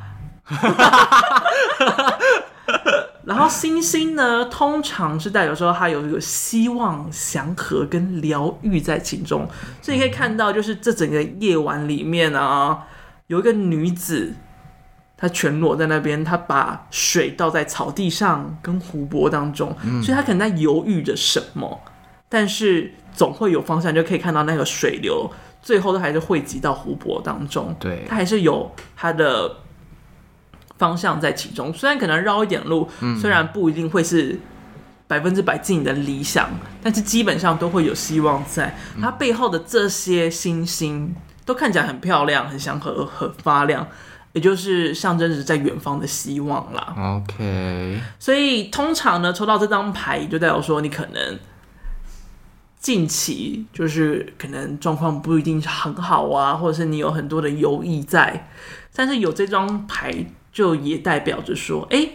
然后星星呢，通常是代表说它有一个希望、祥和跟疗愈在其中，所以你可以看到，就是这整个夜晚里面啊，有一个女子，他全裸在那边，他把水倒在草地上跟湖泊当中，所以他可能在犹豫着什么，但是总会有方向，就可以看到那个水流，最后都还是汇集到湖泊当中。
对
它还是有它的方向在其中，虽然可能绕一点路，虽然不一定会是百分之百进你的理想，但是基本上都会有希望在。它背后的这些星星都看起来很漂亮，很祥和，很发亮。也就是象征着在远方的希望啦，
，OK，
所以通常呢，抽到这张牌就代表说你可能近期就是可能状况不一定是很好啊，或者是你有很多的犹疑在，但是有这张牌就也代表着说，哎、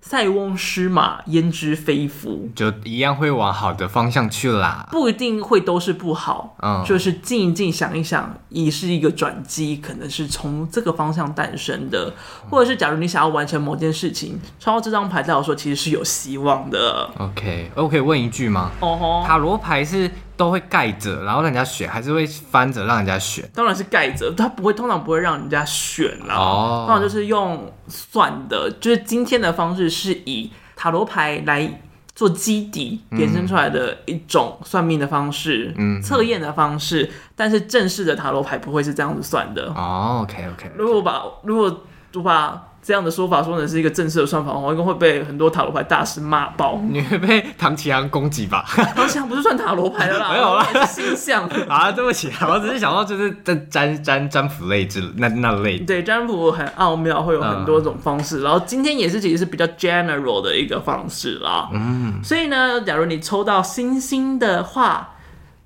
塞翁失马，焉知非福，
就一样会往好的方向去啦。
不一定会都是不好，
啊嗯，
就是静一静，想一想，也是一个转机，可能是从这个方向诞生的，或者是假如你想要完成某件事情，抽到这张牌代表说其实是有希望的。
OK，我可以问一句吗？
哦吼，
塔罗牌是都会盖着，然后让人家选，还是会翻着让人家选？
当然是盖着，它不会，通常不会让人家选啦。
哦
通常就是用算的，就是今天的方式是以塔罗牌来做基底
嗯
衍生出来的一种算命的方式，嗯，测验的方式，但是正式的塔罗牌不会是这样子算的。
哦，OK OK，
如果把如果我把这样的说法说成是一个正式的算法的话，我应该会被很多塔罗牌大师骂 爆。
你会被唐奇阳攻击吧？
我想不是算塔罗牌的啦，
没有啦
啦，是星象。
啊，对不起啊，我只是想到就是占占占占卜类之那那类的。
对，占卜很奥妙，会有很多种方式。然后今天也是其实是比较 general 的一个方式啦。嗯，所以呢，假如你抽到星星的话，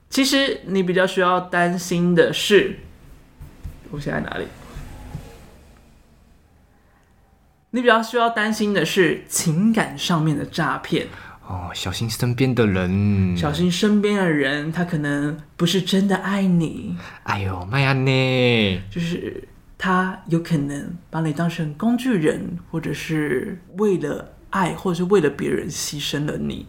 其实你比较需要担心的是，我现在哪里？你比较需要担心的是情感上面的诈骗，
哦，小心身边的人。
小心身边的人，他可能不是真的爱你，
哎呦，麦安呢？
就是他有可能把你当成工具人，或者是为了爱，或者是为了别人牺牲了你。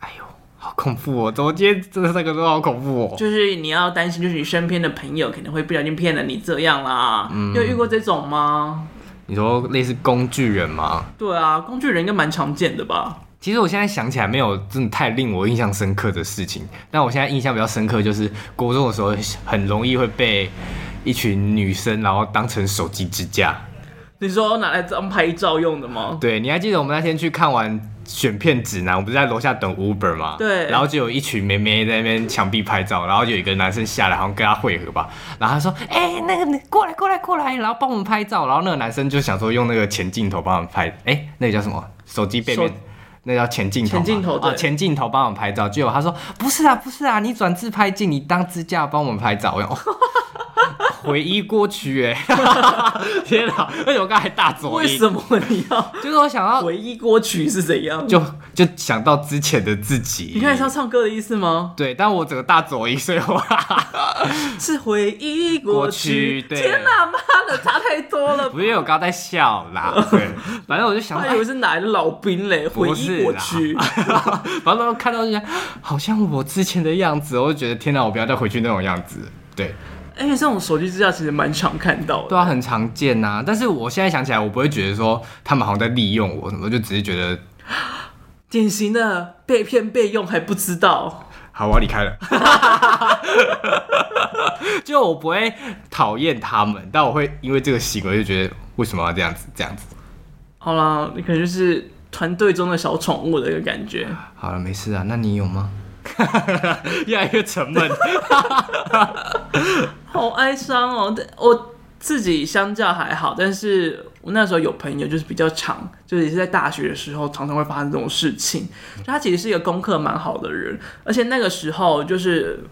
哎呦，好恐怖哦！怎么今天这三个都好恐怖哦？
就是你要担心，就是你身边的朋友可能会不小心骗了你这样啦。嗯，有遇过这种吗？
你说类似工具人吗？
对啊，工具人应该蛮常见的吧？
其实我现在想起来没有真的太令我印象深刻的事情，但我现在印象比较深刻就是国中的时候很容易会被一群女生然后当成手机支架。
你说拿来当拍照用的吗？
对，你还记得我们那天去看完选片指南，我们不是在楼下等 Uber 吗？
对
然后就有一群妹妹在那边墙壁拍照，然后有一个男生下来，好像跟他汇合吧，然后他说：“哎、那个你过来过来过来，然后帮我们拍照。”然后那个男生就想说用那个前镜头帮我们拍，哎、那个叫什么？手机背面
手。
那叫前镜头嘛，
前镜头对
啊，前镜头帮我们拍照。结果他说不是啊，不是啊，你转自拍镜，你当支架帮我们拍照。我 想哦回忆过去哎，天哪！为什么刚才大走
为
音？
什么你要
就是我想到
回忆过去是怎样？
就就想到之前的自己。
你看你是要唱歌的意思吗？
对，但我整个大走音，所以我
是回忆过去。
过去对
天哪，妈的，差太多了吧
不是因为我刚刚在笑啦。对，反正我就想到，
他以
哎
为是哪来的老兵嘞，回
不
忆
是
过
啦
去。
反正看到就觉得好像我之前的样子，我就觉得天哪，我不要再回去那种样子。对，
而且这种哎手机支架其实蛮常看到的。
对啊，很常见呐、但是我现在想起来，我不会觉得说他们好像在利用我什么，就只是觉得
典型的被骗备用还不知道，
好，我要离开了。 就我不会讨厌他们，但我会因为这个行为就觉得为什么要这样子这样子。
好啦，你可能就是团队中的小宠物的一个感觉。
好了，没事啊。那你有吗？ 越来越沉闷。
好哀伤哦！但我自己相较还好，但是我那时候有朋友就是比较常，就是也是在大学的时候常常会发生这种事情。就他其实是一个功课蛮好的人，而且那个时候就是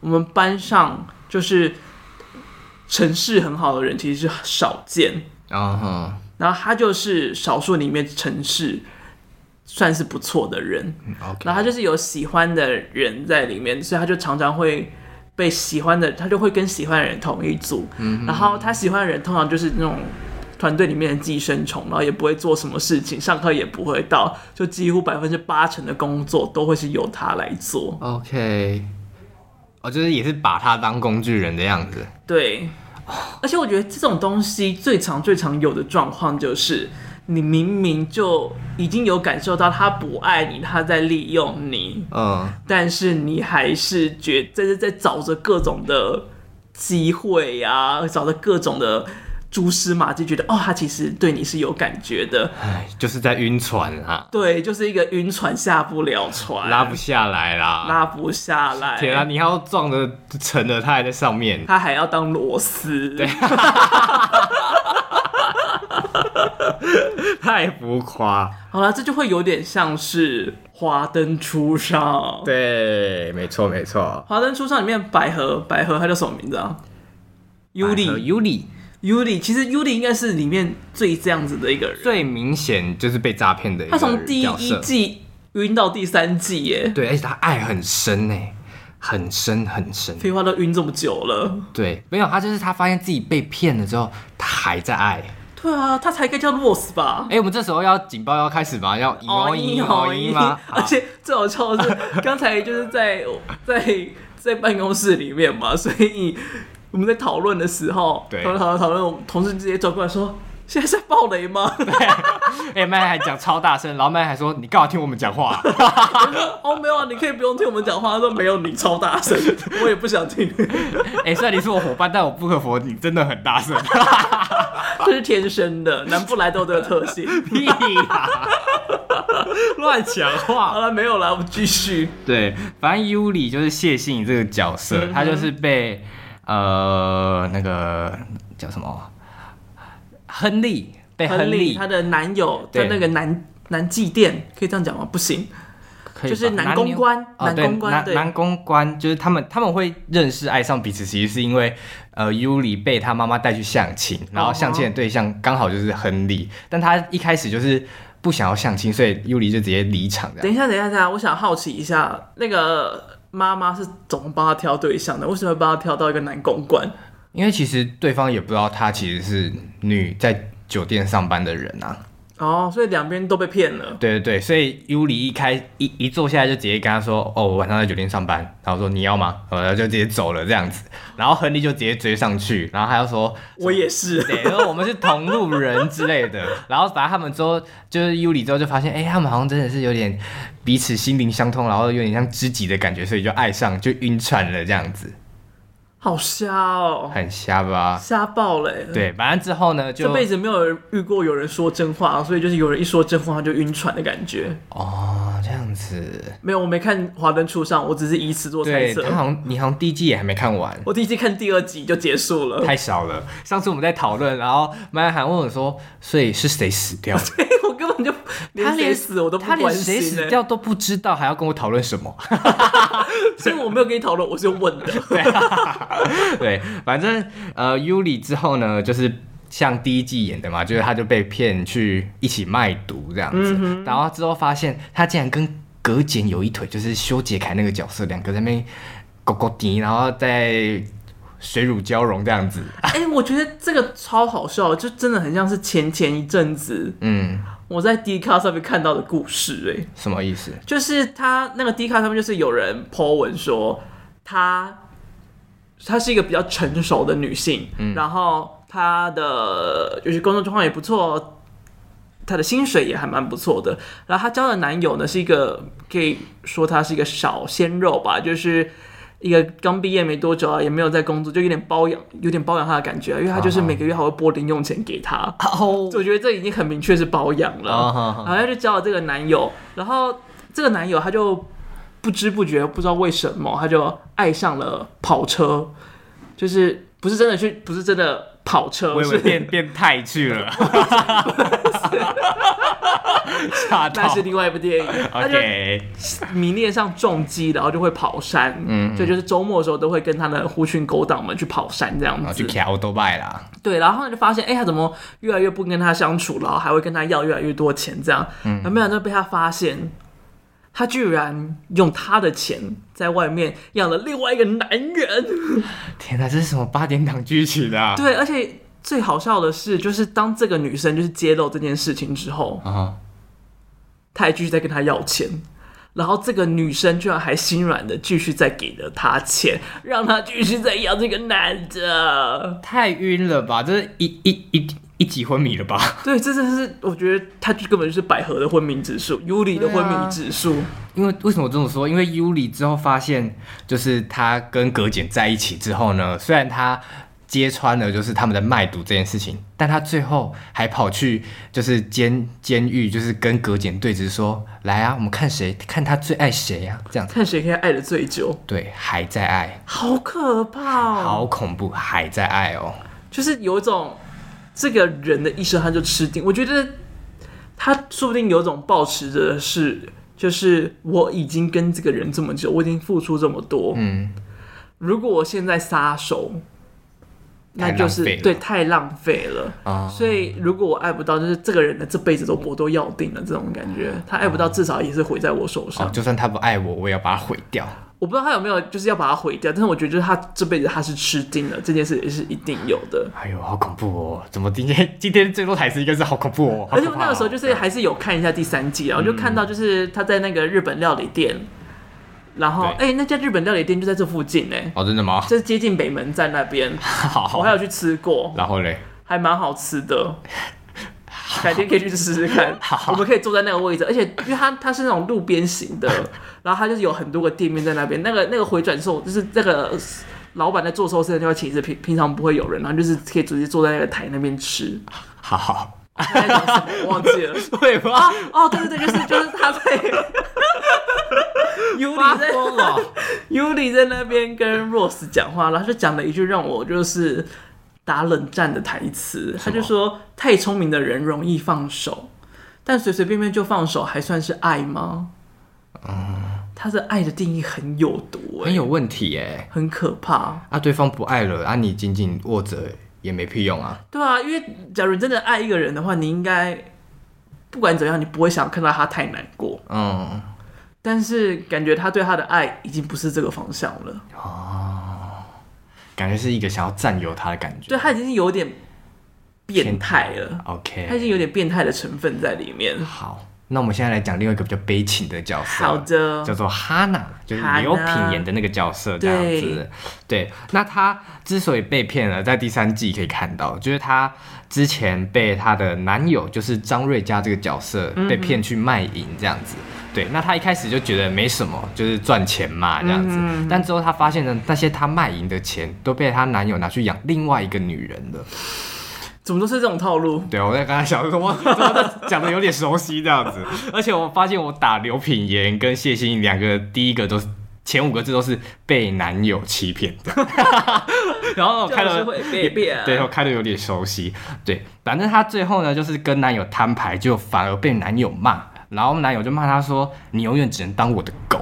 我们班上就是城市很好的人其实是少见，
啊哈，
然后他就是少数里面城市算是不错的人。
嗯，OK，
然后他就是有喜欢的人在里面，所以他就常常会被喜欢的，他就会跟喜欢的人同一组。然后他喜欢的人通常就是那种团队里面的寄生虫，然后也不会做什么事情，上课也不会到，就几乎百分之八成的工作都会是由他来做。
OK，哦，就是也是把他当工具人的样子。
对，而且我觉得这种东西最常最常有的状况就是，你明明就已经有感受到他不爱你，他在利用你，
嗯，
但是你还是觉在在在找着各种的机会呀、找着各种的蛛丝马迹，觉得哦，他其实对你是有感觉 的。
哎，就是在晕船啦，
对，就是一个晕船下不了船，
拉不下来啦。
拉不下来。
天啊，你要撞着沉了，他还在上面。
他还要当螺丝，对，
太浮夸。
好了，这就会有点像是《华灯初上》。《
对，没错没错。
华灯初上》里面百合，百合她叫什么名字啊？Yuli，Yuli，
尤里
其实 Yuli 应该是里面最这样子的一个人。
最明显就是被诈骗的一
他
个
从第
角
一
色。
季晕到第三季耶，
对，而且他爱很深呢，很深很深。
废话都晕这么久了。
对，没有他就是他发现自己被骗了之后，他还在爱。
对啊，他才该叫 Rose 吧
哎、？我们这时候要警报要开始吗？要一哦一哦一吗？好
而且最好笑的 是，刚才就是在在在办公室里面嘛，所以我们在讨论的时候，
对
讨论讨论讨论，我们同事直接走过来说：“现在是在爆雷吗
哎、麦还讲超大声，然后麦还说：“你干嘛听我们讲话、
我说？”哦，没有啊，你可以不用听我们讲话。他说：“没有，你超大声，我也不想听。
哎、虽然你是我伙伴，但我不可否认，你真的很大声。
这是天生的，南部来都有这个特 性。
屁呀、乱讲”
好
话。
了，没有了，我们继续。
对，反正尤里就是谢杏这个角色，他就是被呃那个叫什么亨利被亨利，
她的男友在
对
那个男男祭店，可以这样讲吗？不行，
可以
就是
吧
男公关
哦
男
对
公关
男
对
男公关就是他们他们会认识爱上彼此，其实是因为呃尤里被他妈妈带去相亲，然后相亲的对象刚好就是亨利，但他一开始就是不想要相亲，所以尤里就直接离场这样。
等一下，等一下，等一下，我想好奇一下，那个妈妈是怎么帮他挑对象的？为什么会帮他挑到一个男公关？
因为其实对方也不知道她其实是女在酒店上班的人啊，
哦，所以两边都被骗了。
对对对，所以尤里一开一一坐下来就直接跟他说，哦，我晚上在酒店上班，然后说你要吗？然后就直接走了这样子，然后亨利就直接追上去，然后他又说
我也是，
对，因为我们是同路人之类的。 然后反正他们之后就是尤里之后就发现，哎、他们好像真的是有点彼此心灵相通，然后有点像知己的感觉，所以就爱上，就晕船了这样子，
好瞎哦，
很瞎吧？
瞎爆嘞！，
对，反正之后呢，就
这辈子没有人遇过有人说真话，所以就是有人一说真话他就晕船的感觉。
哦这样子。
没有，我没看《华灯初上》，我只是以此做猜
对
测
他。好像你好像第一季也还没看完，
我第一季看第二集就结束 了。
太少了。上次我们在讨论，然后麦涵问我说，所以是谁死 掉的？
我根本就连谁死我都不
他连
关
谁
心、
死
欸，
掉都不知道，还要跟我讨论什么？
所以我没有跟你讨论，我是用问的。
对，反正呃，Yuli 之后呢，就是像第一季演的嘛，就是他就被骗去一起卖毒这样子，然后之后发现他竟然跟葛简有一腿，就是修杰楷那个角色，两个在那边勾勾滴，然后在水乳交融这样子，
哎、我觉得这个超好笑的，就真的很像是前前一阵子
嗯，
我在 D 卡上面看到的故事、哎，
什么意思？
就是他那个 D 卡上面就是有人 po 文说他她是一个比较成熟的女性，然后她的就是工作状况也不错，她的薪水也还蛮不错的。然后她交的男友呢是一个可以说他是一个小鲜肉吧，就是一个刚毕业没多久啊，也没有在工作，就有点包养，有点包养她的感觉啊、因为他就是每个月还会拨零用钱给她。
哦
所以我觉得这已经很明确是包养了，
啊哈哈
然后她就交了这个男友，然后这个男友他就不知不觉不知道为什么他就爱上了跑车，就是不是真的去，不是真的跑车，
我以为
是
变变态去 了，吓
那
到
是另外一部 电影，他就
，OK，
迷恋上重机，然后就会跑山，嗯，所以就是周末的时候都会跟他的狐群狗党们去跑山这样
然后
子
去，卡欧多拜啦，
对，然后他就发现，哎、他怎么越来越不跟他相处，然后还会跟他要越来越多钱这样。嗯，没想到被他发现，他居然用他的钱在外面养了另外一个男人。
天哪，这是什么八点档剧情啊？
对，而且最好笑的是，就是当这个女
哦
生就是揭露这件事情之后，
啊。
他还继续在跟他要钱。然后这个女生居然还心软的继续再给了他钱，让他继续再要这个男的。
太晕了吧？这是一一一一级昏迷了吧？
对，这真的是我觉得他就根本就是百合的昏迷指数，尤里的昏迷指数。
因为为什么我这么说？因为尤里之后发现，就是他跟葛简在一起之后呢，虽然他揭穿了就是他们的卖毒这件事情，但他最后还跑去就是监监狱，就是跟葛简对峙说：“来啊，我们看谁看他最爱谁啊？”这样子，
看谁可以爱的最久，
对，还在爱，
好可怕哦！
好恐怖，还在爱哦。
就是有一种这个人的一生他就吃定。我觉得他说不定有一种抱持着的是，就是我已经跟这个人这么久，我已经付出这么多，
嗯，
如果我现在撒手，那
太浪
就是
费了
对太浪费了。
啊
所以如果我爱不到，就是这个人的这辈子都我都要定了这种感觉，他爱不到至少也是毁在我手上。
嗯哦，就算他不爱我，我也要把他毁掉。
我不知道他有没有就是要把它毁掉，但是我觉得就是他这辈子他是吃定了这件事也是一定有的。
哎呦，好恐怖哦！怎么今天今天最多台词应该是好恐怖哦？好
而且
可
我
怕
那个时候
哦嗯
就是还是有看一下第三季啊，我就看到就是他在那个日本料理店，然后哎、
对
那家日本料理店就在这附近哎、
哦，真的吗？
就是接近北门站那边，我
好
还，有去吃过，
然后嘞，
还蛮好吃的。改天可以去试试 看，我们可以坐在那个位置，而且因为它它是那种路边型的，然后它就是有很多个店面在那边。那个那个回转寿就是那个老板在做寿司的地方，其实平平常不会有人，然后就是可以直接坐在那个台那边 吃。
好好，
那种什么我忘记了，
对吧？
哦，对对对，就是就是他 在尤
发
里在
疯了，
尤里在那边跟 Rose 讲话，然后就讲了一句让我就是打冷战的台词，他就说：“太聪明的人容易放手，但随随便便就放手，还算是爱吗？”他的爱的定义很有毒、欸，
嗯哎很有问题耶！
很可怕。
啊，对方不爱了，啊，你紧紧握着也没屁用啊。
对啊，因为假如你真的爱一个人的话，你应该不管怎样，你不会想看到他太难过。
嗯，
但是感觉他对他的爱已经不是这个方向了，
感觉是一个想要占有他的感觉。
对他已经有点变态了，他已经
，OK，
有点变态的成分在里面。
好，那我们现在来讲另外一个比较悲情的角色。
好的
叫，做哈娜，就是刘品演的那个角色这样子。对，那她之所以被骗了，在第三季可以看到，就是她之前被她的男友，就是张瑞佳这个角色被骗去卖淫这样子。对，那她一开始就觉得没什么，就是赚钱嘛这样子。但之后她发现呢，那些她卖淫的钱都被她男友拿去养另外一个女人了。
怎么都是这种套路。
对，我在刚才想说，我怎么讲的有点熟悉这样子，而且我发现我打刘品言跟谢欣颖两个，第一个都是前五个字都是被男友欺骗的， 然后我看
就是
了
会被骗啊
对，我看的有点熟悉，对，反正她最后呢就是跟男友摊牌，就反而被男友骂，然后男友就骂她说：“你永远只能当我的狗。”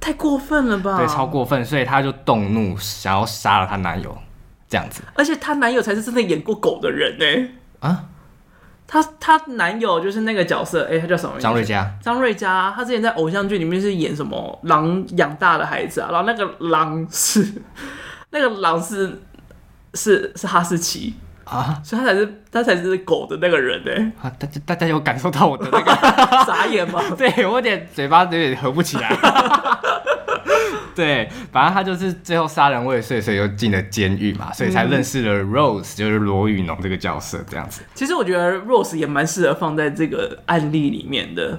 太过分了吧？
对，超过分，所以她就动怒，想要杀了她男友，这样子
而且她男友才是真的演过狗的人呢、
啊，
她她男友就是那个角色，哎、他叫什么名字？
张瑞佳。
张瑞佳，他之前在偶像剧里面是演什么狼养大的孩子啊，然后那个狼是 那个狼是是是哈士奇
啊，
所以他才是他才是狗的那个人呢、
啊，大家大家有感受到我的那个
傻眼吗？
对我有点嘴巴有点合不起来。对，反正他就是最后杀人未遂，所以就进了监狱嘛，所以才认识了 Rose，、就是罗宇农这个角色这样子。
其实我觉得 Rose 也蛮适合放在这个案例里面的，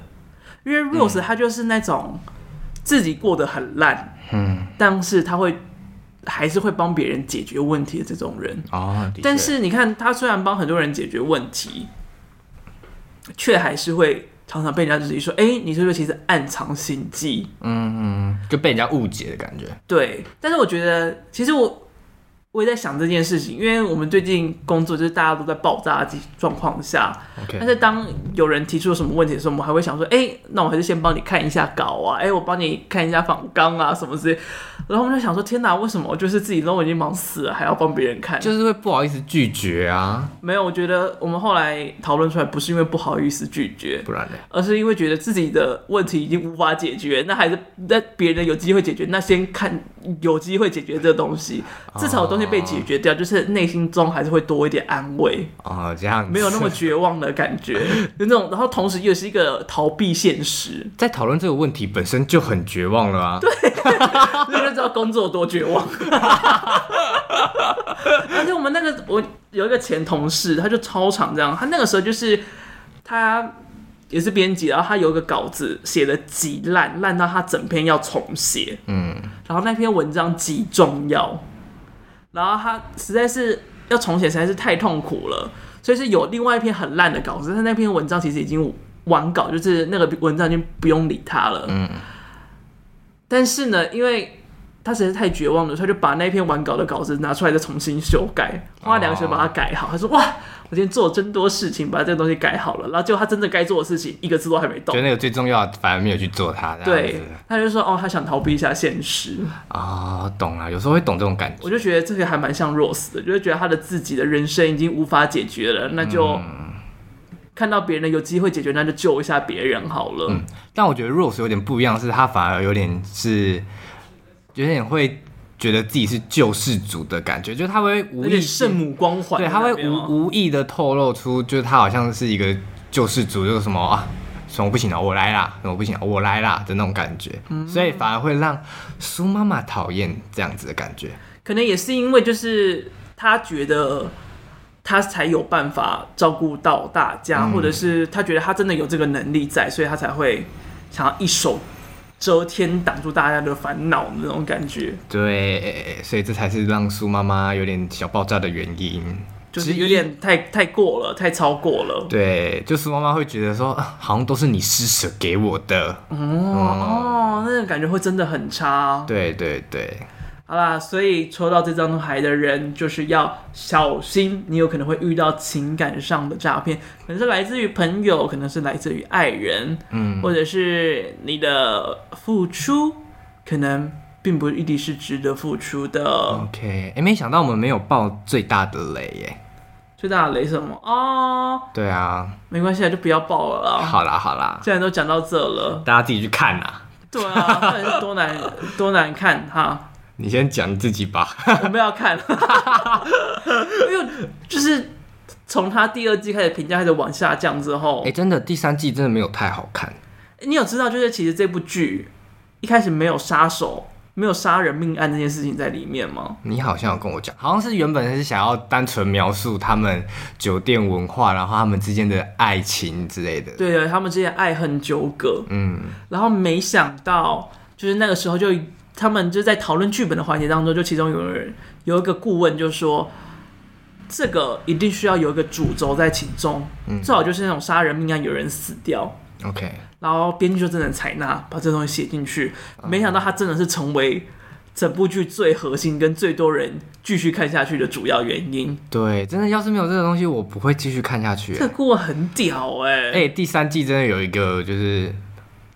因为 Rose 她就是那种自己过得很烂，嗯，但是她会还是会帮别人解决问题的这种人。
哦，的确
但是你看，她虽然帮很多人解决问题，却还是会常常被人家质疑说：“哎、你是不是其实暗藏心机
嗯，就被人家误解的感觉。？”
对。但是我觉得，其实我我也在想这件事情，因为我们最近工作就是大家都在爆炸的状况下，但
OK，
是当有人提出什么问题的时候，我们还会想说，哎、那我还是先帮你看一下稿啊，哎、我帮你看一下访纲啊，什么之类。然后我们就想说，天哪，为什么我就是自己都已经忙死了，还要帮别人看？
就是会不好意思拒绝啊，
没有，我觉得我们后来讨论出来，不是因为不好意思拒绝，
不然呢？
而是因为觉得自己的问题已经无法解决，那还是那别人有机会解决，那先看有机会解决这个东西，至少有东西被解决掉，就是内心中还是会多一点安慰，
哦，这样子
没有那么绝望的感觉，就那种，然后同时又是一个逃避现实，
在讨论这个问题本身就很绝望了啊。对，
所以就知道工作多绝 望。而且我们那个我有一个前同事，他就超常这样，他那个时候就是他也是编辑，然后他有一个稿子写的极烂，烂到他整篇要重写，
嗯，
然后那篇文章极重要，然后他实在是要重写实在是太痛苦了，所以是有另外一篇很烂的稿子，但是那篇文章其实已经完稿，就是那个文章已经不用理他了，
嗯，
但是呢，因为他实在是太绝望了，所以他就把那篇完稿的稿子拿出来再重新修改，花两个小时把它改好。他说：“哇，我今天做了真多事情，把这个东西改好了。”然后结果他真的该做的事情一个字都还没动
觉得。那个最重要的反而没有去做它，这样
对
子，
他就说：“哦，他想逃避一下现实。”
啊、懂了，有时候会懂这种感觉。
我就觉得这个还蛮像 Rose 的，就是觉得他的自己的人生已经无法解决了，那就
嗯
看到别人有机会解决，那就救一下别人好了。
但我觉得 Rose 有点不一样，是她反而有点是有点会觉得自己是救世主的感觉，就是她会无
而且
意
圣母光环
对，
在
他
那
会
边哦，
无无意的透露出，就是他好像是一个救世主，就是什么啊，什么不行了，我来啦，什么不行了，啊我来啦的那种感觉，
嗯
所以反而会让苏妈妈讨厌这样子的感觉。
可能也是因为就是他觉得他才有办法照顾到大家，或者是他觉得他真的有这个能力在，所以他才会想要一手遮天挡住大家的烦恼的那种感觉，
对，所以这才是让苏妈妈有点小爆炸的原因。
就是有点太太过了，太超过了。
对，就苏妈妈会觉得说，啊好像都是你施舍给我的。
哦，那个感觉会真的很差、哦。
对对对，
好啦，所以抽到这张牌的人就是要小心，你有可能会遇到情感上的诈骗，可能是来自于朋友，可能是来自于爱人，嗯，或者是你的付出可能并不一定是值得付出的。
OK，哎、没想到我们没有爆最大的雷耶。
最大的雷是什么？哦，
对啊，
没关系啊，就不要报了啦。
哦好啦好啦，
既然都讲到这了，
大家自己去看啦。
对 啊，到底是多难多难看哈。
你先讲你自己吧。
我们要看， 因为就是从他第二季开始评价开始往下降之后
哎、，真的第三季真的没有太好看，
你有知道就是其实这部剧一开始没有杀手、没有杀人命案这件事情在里面吗？
你好像有跟我讲，好像是原本是想要单纯描述他们酒店文化，然后他们之间的爱情之类的。
对他们之间爱恨纠葛，
嗯，
然后没想到就是那个时候就他们就在讨论剧本的环节当中，就其中有人有一个顾问就说。这个一定需要有一个主轴在其中，最好就是那种杀人命案，有人死掉，
OK，
然后编剧就真的采纳，把这东西写进去。没想到它真的是成为整部剧最核心跟最多人继续看下去的主要原因。
对，真的要是没有这个东西，我不会继续看下去
这。个顾问很屌哎、
哎、第三季真的有一个就是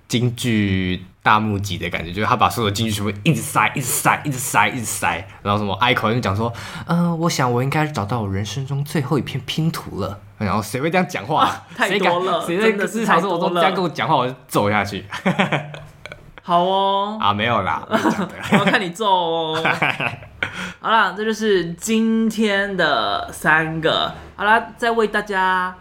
京剧大幕集的感觉，就是他把所有的京剧全部一直塞，一直塞，一直塞，一直塞，然后什么哀口就讲说，嗯、我想我应该找到我人生中最后一片拼图了。然后谁会这样讲话？
太
谁敢
多了
谁
真
在
的是
日
太
常生
多
活中这
了
样跟我讲话，我就揍下去
好哦，
啊！没有啦，我讲的
我要看你揍 哦。好啦，这就是今天的三个。好啦，再为大家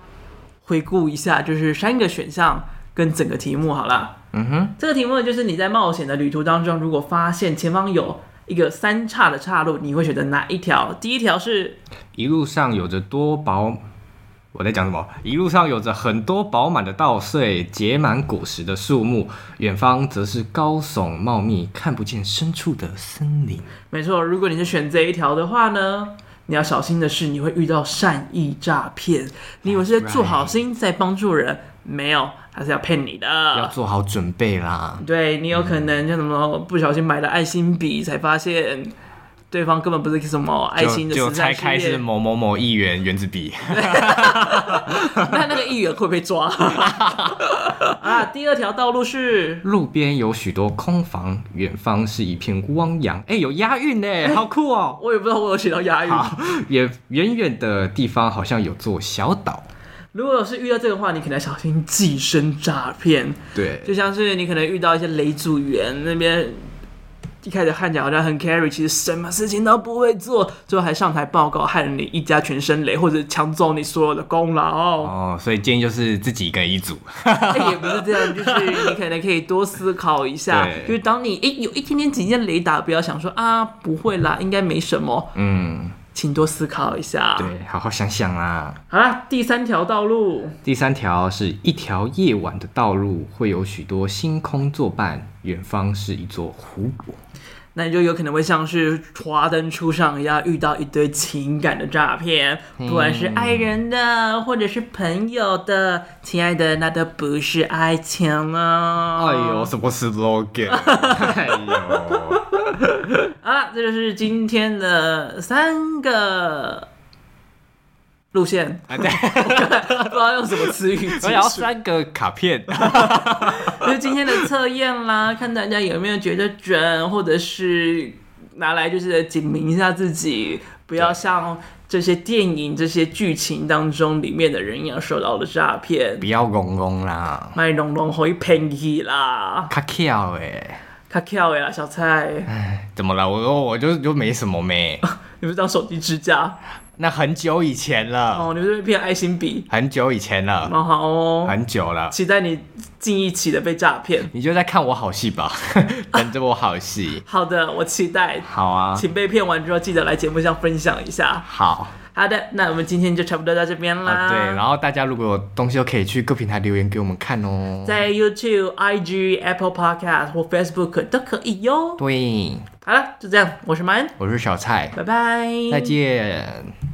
回顾一下，就是三个选项跟整个题目好啦。
嗯哼，
这个题目就是你在冒险的旅途当中，如果发现前方有一个三岔的岔路，你会选择哪一条？第一条是
一路上有着多饱，我在讲什么？一路上有着很多饱满的稻穗，结满果实的树木，远方则是高耸茂密、看不见深处的森林。
没错，如果你是选这一条的话呢，你要小心的是，你会遇到善意诈骗。你以为 是在做好心在帮助人，没有，他是要骗你
要
的。
做好准备啦。
对你有可能像什么不小心买了爱心笔，才发现对方根本不是什么爱心的
就
慈
就
善
拆
事
开是
业，
某某某议员原子笔，
那那个议员会被抓。 啊，第二条道路是
路边有许多空房，远方是一片汪洋。哎、有押韵呢，好酷哦！
我也不知道我有写到押韵。
好，远远远的地方好像有座小岛。
如果是遇到这个话，你可能要小心寄生诈骗，
对，
就像是你可能遇到一些雷组员那边。一开始看起来好像很 carry，其实什么事情都不会做，最后还上台报告，害了你一家全身雷，或者抢走你所有的功劳。
哦，所以建议就是自己一个人一组。
哎，也不是这样，就是你可能可以多思考一下
对，
就是当你哎有一天天几件雷达，不要想说啊不会啦，应该没什么，
嗯，
请多思考一下。
对，好好想想啦。
好啦，第三条道路，
第三条是一条夜晚的道路，会有许多星空作伴，远方是一座湖泊。
那你就有可能会像是华灯初上一样遇到一堆情感的诈骗，
嗯
不管是爱人的或者是朋友的，亲爱的，那都不是爱情了。
哎呦，什么 slogan？哎 呦，
啊，这就是今天的三个路线。
啊对
不知道用什么词语
我
结
要
束，
三个卡片。
就是今天的测验啦，看大家有没有觉得准，或者是拿来就是警明一下自己，不要像这些电影、这些剧情当中里面的人一样受到了诈骗
不。要戆戆啦，
卖龙龙可以便宜啦，
卡巧哎，
卡巧的啦，小蔡，
哎，怎么了？我说我就就没什么咩，
你不是当手机支架
那很久以前了，
哦，你们是骗爱心笔，
很久以前了，
蛮好哦。
很久了。
期待你近一期的被诈骗。
你就在看我好戏 吧，等着我好戏。
好的，我期待，
好啊，
请被骗完之后记得来节目上分享一下。
好
好的，那我们今天就差不多到这边啦。
啊，对。然后大家如果有东西都可以去各平台留言给我们看哦。
在 YouTube、IG、Apple Podcast 或 Facebook 都可以哟。
对，
好了，就这样，我是曼恩，
我是小蔡，
拜拜，
再见。